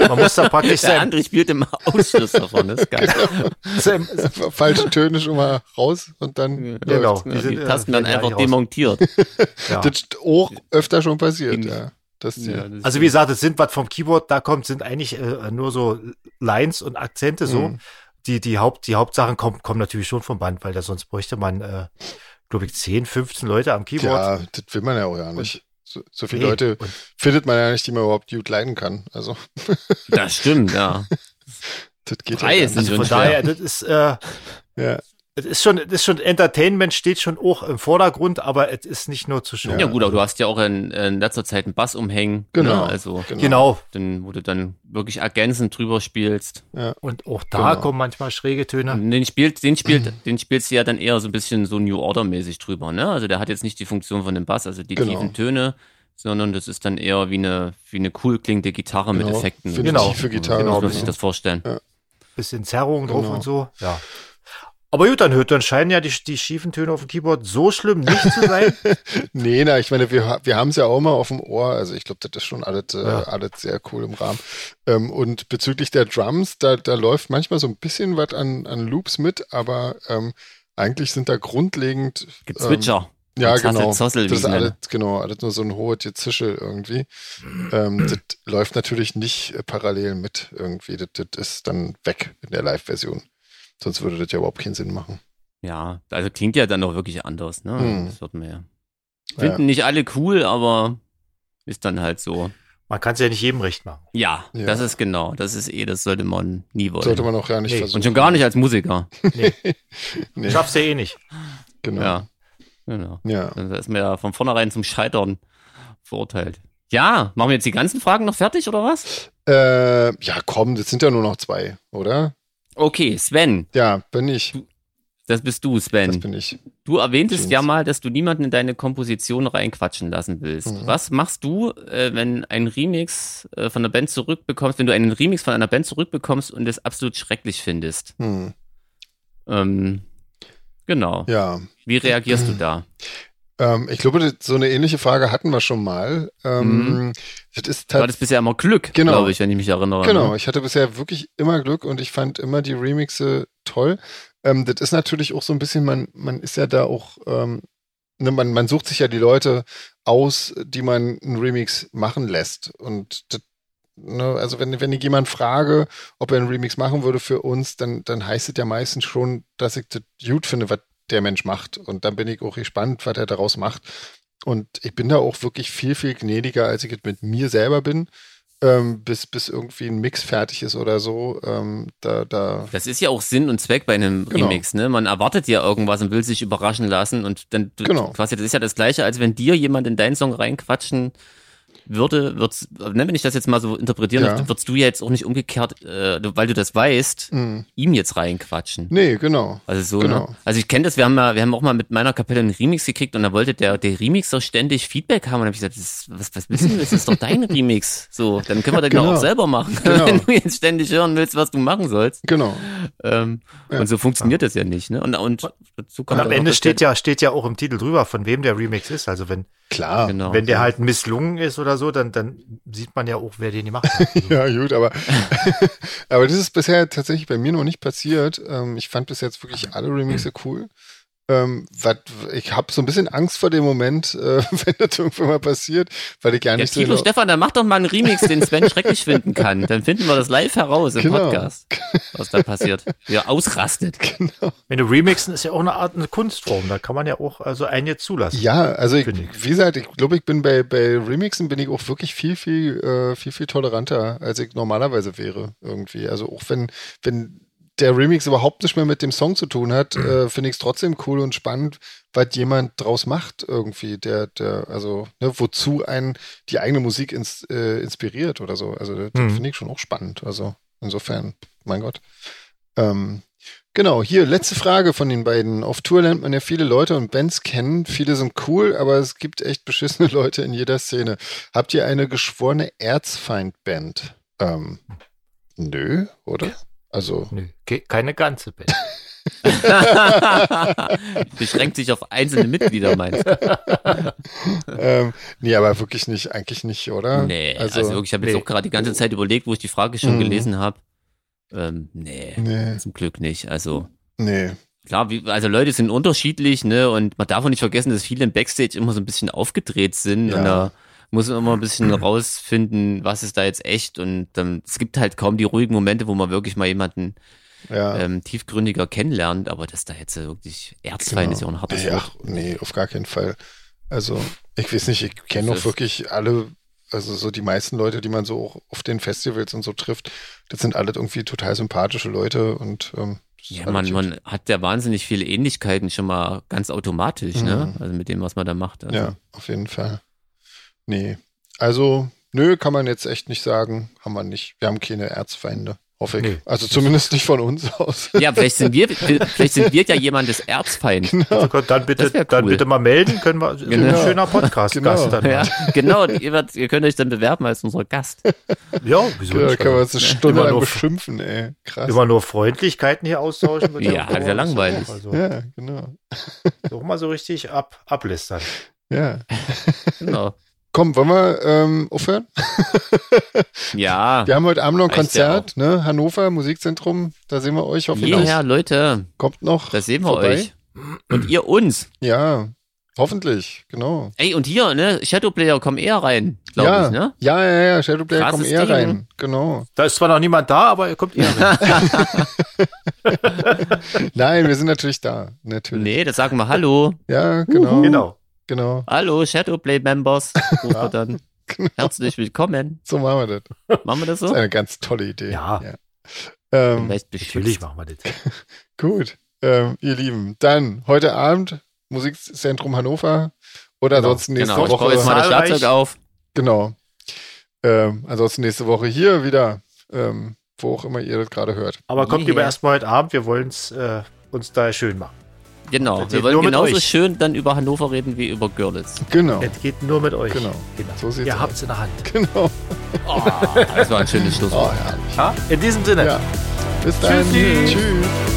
Speaker 3: man muss da praktisch
Speaker 1: Der
Speaker 3: sein,
Speaker 1: andere spielt im Ausschluss davon, das ist geil.
Speaker 3: sein
Speaker 2: Falsche Töne schon mal raus und dann.
Speaker 3: Genau.
Speaker 2: läuft's, ne?
Speaker 1: Die,
Speaker 3: Die sind, äh,
Speaker 1: Tasten dann
Speaker 3: werden ja
Speaker 1: einfach
Speaker 3: nicht raus.
Speaker 1: demontiert.
Speaker 3: ja.
Speaker 2: Das ist auch öfter schon passiert,
Speaker 1: Ging-
Speaker 2: ja. Dass die,
Speaker 1: Ja, das ist
Speaker 3: Also wie gesagt, es sind was vom Keyboard da kommt, sind eigentlich äh, nur so Lines und Akzente so.
Speaker 2: Mhm.
Speaker 3: Die, die, Haupt, die Hauptsachen kommen, kommen natürlich schon vom Band, weil da sonst bräuchte man, äh, glaube ich, 10, 15 Leute am Keyboard.
Speaker 2: ja, das will man ja auch gar nicht. So, so viele
Speaker 3: Nee.
Speaker 2: Leute
Speaker 3: Und
Speaker 2: findet man ja nicht, die man überhaupt gut leiden kann. Also,
Speaker 1: Das stimmt, ja.
Speaker 2: Das geht
Speaker 1: Preis
Speaker 2: ja
Speaker 1: ist
Speaker 2: nicht.
Speaker 3: Also
Speaker 1: schon
Speaker 3: von
Speaker 1: schwer.
Speaker 3: daher, das ist, äh,
Speaker 2: Ja.
Speaker 3: das ist schon, das ist schon Entertainment steht schon auch im Vordergrund, aber es ist nicht nur zu
Speaker 1: Ja,
Speaker 3: schauen.
Speaker 1: gut, aber du hast ja auch in, in letzter Zeit einen Bass umhängen.
Speaker 2: Genau.
Speaker 1: Ne? Also,
Speaker 3: Genau.
Speaker 1: dann, wo du dann wirklich ergänzend drüber spielst.
Speaker 3: Und auch da
Speaker 2: Genau.
Speaker 3: kommen manchmal schräge Töne.
Speaker 1: Und Den spielt, den spielt, den spielst du ja dann eher so ein bisschen so New Order mäßig drüber, ne? Also der hat jetzt nicht die Funktion von dem Bass, also die
Speaker 2: Genau.
Speaker 1: tiefen Töne, sondern das ist dann eher wie eine, wie eine cool klingende Gitarre mit
Speaker 2: Genau.
Speaker 1: Effekten.
Speaker 2: Für
Speaker 3: Genau.
Speaker 2: Tiefe Gitarre.
Speaker 1: Genau, muss man
Speaker 2: Genau.
Speaker 1: sich das vorstellen.
Speaker 3: bisschen Zerrungen drauf
Speaker 2: Genau.
Speaker 3: und so. Ja. Aber gut, dann hört, dann scheinen ja die, die schiefen Töne auf dem Keyboard so schlimm nicht zu sein.
Speaker 2: Nee, na, ich meine, wir, ha- wir haben es ja auch immer auf dem Ohr. Also ich glaube, das ist schon alles, äh,
Speaker 3: Ja.
Speaker 2: alles sehr cool im Rahmen. Ähm, und bezüglich der Drums, da, da läuft manchmal so ein bisschen was an, an Loops mit, aber ähm, eigentlich sind da grundlegend
Speaker 1: Gezwitscher.
Speaker 2: Ähm, ja,
Speaker 1: Zassel,
Speaker 2: genau.
Speaker 1: Zossel, wie
Speaker 2: das
Speaker 1: ich
Speaker 2: ist
Speaker 1: nenne.
Speaker 2: alles, genau, alles nur so ein hohes Gezische irgendwie.
Speaker 1: Mhm.
Speaker 2: Ähm, das läuft natürlich nicht äh, parallel mit irgendwie. Das, das ist dann weg in der Live-Version. Sonst würde das ja überhaupt keinen Sinn machen.
Speaker 1: Ja, also klingt ja dann doch wirklich anders, ne?
Speaker 2: Hm.
Speaker 1: Das wird man ja.
Speaker 2: Ja.
Speaker 1: Finden nicht alle cool, aber ist dann halt so.
Speaker 3: Man kann es ja nicht jedem recht machen.
Speaker 1: Ja,
Speaker 2: Ja.
Speaker 1: das ist genau. Das ist eh, das sollte man nie wollen.
Speaker 2: Sollte man auch ja nicht
Speaker 3: Nee.
Speaker 2: versuchen.
Speaker 1: Und schon gar nicht als Musiker.
Speaker 2: Nee,
Speaker 3: Schaffst du ja eh nicht.
Speaker 2: genau.
Speaker 1: Ja. Genau.
Speaker 2: ja.
Speaker 1: Also Da ist man ja von vornherein zum Scheitern verurteilt. Ja, machen wir jetzt die ganzen Fragen noch fertig oder was?
Speaker 2: Äh, ja, komm, das sind ja nur noch zwei, oder?
Speaker 1: Okay, Sven,
Speaker 2: Ja, bin ich.
Speaker 1: das bist du,
Speaker 2: Das
Speaker 1: Sven.
Speaker 2: bin ich.
Speaker 1: Du erwähntest
Speaker 2: Jeans.
Speaker 1: ja mal, dass du niemanden in deine Komposition reinquatschen lassen willst.
Speaker 2: Mhm.
Speaker 1: Was machst du, äh, wenn ein Remix äh, von einer Band zurückbekommst, wenn du einen Remix von einer Band zurückbekommst und es absolut schrecklich findest?
Speaker 2: Hm.
Speaker 1: Ähm, genau.
Speaker 2: Ja.
Speaker 1: Wie reagierst du da?
Speaker 2: Ähm, ich glaube, das, so eine ähnliche Frage hatten wir schon mal.
Speaker 1: Mhm.
Speaker 2: Ähm, Das ist
Speaker 1: Du
Speaker 2: tatsächlich.
Speaker 1: hattest bisher immer Glück,
Speaker 2: Genau.
Speaker 1: glaube ich, wenn ich mich erinnere.
Speaker 2: Genau,
Speaker 1: ne?
Speaker 2: ich hatte bisher wirklich immer Glück und ich fand immer die Remixe toll. Ähm, das ist natürlich auch so ein bisschen, man, man ist ja da auch, ähm, ne, man, man sucht sich ja die Leute aus, die man einen Remix machen lässt. Und das, ne, also wenn, wenn ich jemand frage, ob er einen Remix machen würde für uns, dann, dann heißt es ja meistens schon, dass ich das gut finde, was der Mensch macht. Und dann bin ich auch gespannt, was er daraus macht. Und ich bin da auch wirklich viel, viel gnädiger, als ich es mit mir selber bin, ähm, bis, bis irgendwie ein Mix fertig ist oder so. Ähm, da, da,
Speaker 1: Das ist ja auch Sinn und Zweck bei einem
Speaker 2: Genau.
Speaker 1: Remix, ne? Man erwartet ja irgendwas und will sich überraschen lassen und dann du-
Speaker 2: Genau.
Speaker 1: quasi das ist ja das gleiche, als wenn dir jemand in deinen Song reinquatschen würde, wird's, ne, wenn ich das jetzt mal so interpretieren
Speaker 2: Ja.
Speaker 1: darf, würdest du ja jetzt auch nicht umgekehrt, äh, du- weil du das weißt,
Speaker 2: Mm.
Speaker 1: ihm jetzt reinquatschen.
Speaker 2: Nee, genau.
Speaker 1: Also so,
Speaker 2: Genau.
Speaker 1: ne? Also ich kenne das, wir haben mal, wir haben auch mal mit meiner Kapelle einen Remix gekriegt und da wollte der, der Remixer ständig Feedback haben und habe ich gesagt, das, was, was willst du, das ist doch dein Remix. So, dann können wir den
Speaker 2: Genau.
Speaker 1: auch selber machen,
Speaker 2: Genau.
Speaker 1: wenn du jetzt ständig hören willst, was du machen sollst.
Speaker 2: Genau.
Speaker 1: Ähm,
Speaker 2: Ja.
Speaker 1: Und so funktioniert das ja nicht. Ne? Und, und dazu
Speaker 3: Und
Speaker 1: kommt
Speaker 3: am
Speaker 1: auch
Speaker 3: Ende
Speaker 1: noch,
Speaker 3: steht ja, steht ja auch im Titel drüber, von wem der Remix ist. Also wenn,
Speaker 2: Klar.
Speaker 1: genau.
Speaker 3: wenn der halt misslungen ist oder so, dann, dann sieht man ja auch, wer den gemacht hat. Also,
Speaker 2: Ja, gut, aber, aber das ist bisher tatsächlich bei mir noch nicht passiert. Ähm, ich fand bis jetzt wirklich alle Remixe cool. Ähm, wat, ich habe so ein bisschen Angst vor dem Moment, äh, wenn das irgendwann mal passiert, weil ich gar
Speaker 1: ja,
Speaker 2: nicht so.
Speaker 1: Tilo
Speaker 2: genau-
Speaker 1: Stefan, dann mach doch mal einen Remix, den Sven schrecklich finden kann. Dann finden wir das live heraus im
Speaker 2: Genau.
Speaker 1: Podcast, was da passiert. Ja, ausrastet.
Speaker 3: wenn du remixen, ist ja auch eine Art eine Kunstform. Da kann man ja auch also einen jetzt zulassen.
Speaker 2: Ja, also ich,
Speaker 3: Finde ich.
Speaker 2: wie gesagt, ich glaube, ich bin bei, bei Remixen bin ich auch wirklich viel, viel, äh, viel, viel toleranter, als ich normalerweise wäre irgendwie. Also auch wenn, wenn der Remix überhaupt nicht mehr mit dem Song zu tun hat, äh, finde ich es trotzdem cool und spannend, was jemand draus macht irgendwie, der, der, also ne, wozu einen die eigene Musik ins, äh, inspiriert oder so. Also das
Speaker 3: Mhm.
Speaker 2: finde ich schon auch spannend. Also insofern, mein Gott. Ähm, Genau, hier, letzte Frage von den beiden. Auf Tour lernt man ja viele Leute und Bands kennen. Viele sind cool, aber es gibt echt beschissene Leute in jeder Szene. Habt ihr eine geschworene Erzfeind-Band? Ähm, nö, oder? Also,
Speaker 3: Nö, ke- keine ganze Band.
Speaker 1: Beschränkt sich auf einzelne Mitglieder, meinst du?
Speaker 2: ähm, nee, aber wirklich nicht, eigentlich nicht, oder?
Speaker 1: Nee, also,
Speaker 2: also,
Speaker 1: ich habe jetzt
Speaker 3: nee.
Speaker 1: auch gerade die ganze Zeit überlegt, wo ich die Frage schon
Speaker 2: Mhm.
Speaker 1: gelesen habe. Ähm, nee,
Speaker 2: nee,
Speaker 1: zum Glück nicht. Also
Speaker 2: nee,
Speaker 1: klar, wie, also Leute sind unterschiedlich, ne? Und man darf auch nicht vergessen, dass viele im Backstage immer so ein bisschen aufgedreht sind.
Speaker 2: Ja.
Speaker 1: Und da muss man immer ein bisschen rausfinden, was ist da jetzt echt. Und dann, es gibt halt kaum die ruhigen Momente, wo man wirklich mal jemanden
Speaker 2: ja.
Speaker 1: ähm, tiefgründiger kennenlernt, aber dass da jetzt äh, wirklich Erzfeind ist ja auch ein hartes
Speaker 2: Genau. nee,
Speaker 1: Wort.
Speaker 2: ach, nee, auf gar keinen Fall. Also, ich weiß nicht, ich kenne
Speaker 1: Das
Speaker 2: auch
Speaker 1: ist-
Speaker 2: wirklich alle also so die meisten Leute, die man so auch auf den Festivals und so trifft, das sind alle irgendwie total sympathische Leute und ähm, das ist
Speaker 1: Ja,
Speaker 2: alles
Speaker 1: man,
Speaker 2: gut.
Speaker 1: man hat ja wahnsinnig viele Ähnlichkeiten schon mal ganz automatisch, ne? Also mit dem, was man da macht. Also.
Speaker 2: Mhm. Ja, auf jeden Fall. Nee. Also, nö, kann man jetzt echt nicht sagen. Haben wir nicht. Wir haben keine Erzfeinde. Hoffe ich.
Speaker 3: Nee.
Speaker 2: Also zumindest nicht von uns aus.
Speaker 1: Ja, vielleicht sind wir, vielleicht sind wir ja jemandes Erzfeind.
Speaker 2: Genau.
Speaker 3: Also Gott, dann bitte,
Speaker 1: Das wär
Speaker 3: dann
Speaker 1: cool.
Speaker 3: bitte mal melden, können wir.
Speaker 1: Genau.
Speaker 3: Ein schöner Podcast-Gast
Speaker 2: Genau.
Speaker 3: dann.
Speaker 1: Ja, genau. Und Ihr, werdet, ihr könnt euch dann bewerben als unser Gast.
Speaker 3: Ja, wieso
Speaker 2: Da
Speaker 3: nicht?
Speaker 2: kann man uns eine Stunde
Speaker 3: Immer
Speaker 2: lang
Speaker 3: nur-
Speaker 2: beschimpfen, ey. Krass.
Speaker 3: Immer nur Freundlichkeiten hier austauschen. wird
Speaker 1: Ja, das ist ja langweilig.
Speaker 3: Also,
Speaker 2: Ja, genau.
Speaker 3: doch mal so richtig ab, ablästern.
Speaker 2: Ja.
Speaker 1: Genau.
Speaker 2: Komm, wollen wir ähm, aufhören?
Speaker 1: Ja.
Speaker 2: Wir haben heute Abend noch ein
Speaker 1: Reicht ja
Speaker 2: Konzert, ne? Hannover, Musikzentrum. Da sehen wir euch hoffentlich.
Speaker 1: Jeher, Leute,
Speaker 2: Kommt noch.
Speaker 1: da sehen wir
Speaker 2: vorbei.
Speaker 1: euch. Und ihr uns.
Speaker 2: Ja, hoffentlich, genau.
Speaker 1: Ey, und hier, ne? Shadowplayer kommen eher rein, glaube
Speaker 2: ja.
Speaker 1: ich, ne?
Speaker 2: ja, ja, ja, Shadowplayer
Speaker 1: Krasses
Speaker 2: kommt eher
Speaker 1: Ding.
Speaker 2: rein. Genau.
Speaker 3: Da ist zwar noch niemand da, aber er kommt eher rein.
Speaker 2: Nein, wir sind natürlich da. Natürlich.
Speaker 1: Nee, das sagen wir Hallo.
Speaker 2: Ja, genau.
Speaker 3: Genau.
Speaker 2: Genau.
Speaker 1: Hallo, Shadowplay-Members. Rufen wir dann. Herzlich willkommen.
Speaker 2: So machen wir das.
Speaker 1: Machen wir das
Speaker 2: Das
Speaker 1: so?
Speaker 2: ist eine ganz tolle Idee.
Speaker 3: Ja.
Speaker 2: Ähm,
Speaker 1: Vielleicht
Speaker 3: Natürlich
Speaker 1: beschützt.
Speaker 3: machen wir das.
Speaker 2: gut, ähm, ihr Lieben. Dann heute Abend Musikzentrum Hannover oder
Speaker 3: Genau,
Speaker 2: ansonsten nächste
Speaker 1: Genau, ich
Speaker 2: Woche.
Speaker 1: brauche jetzt mal das
Speaker 3: Zahlreich.
Speaker 1: Schlagzeug auf.
Speaker 2: genau. Ähm, ansonsten nächste Woche hier wieder, ähm, wo auch immer ihr das gerade hört.
Speaker 3: Aber kommt
Speaker 1: Jeher.
Speaker 3: lieber erstmal heute Abend, wir wollen äh, uns da schön machen.
Speaker 1: Genau,
Speaker 3: Das
Speaker 1: wir
Speaker 3: geht
Speaker 1: wollen
Speaker 3: nur mit
Speaker 1: genauso
Speaker 3: euch.
Speaker 1: schön dann über Hannover reden wie über Görlitz.
Speaker 2: Genau.
Speaker 3: Es geht nur mit euch.
Speaker 2: Genau. So sieht's
Speaker 3: Ihr
Speaker 2: aus.
Speaker 3: habt es in der Hand.
Speaker 2: Genau.
Speaker 1: Das war ein schönes Schlusswort.
Speaker 2: Oh, herrlich.
Speaker 3: In diesem Sinne.
Speaker 2: Ja. Bis dann.
Speaker 3: Tschüssi.
Speaker 2: Tschüss.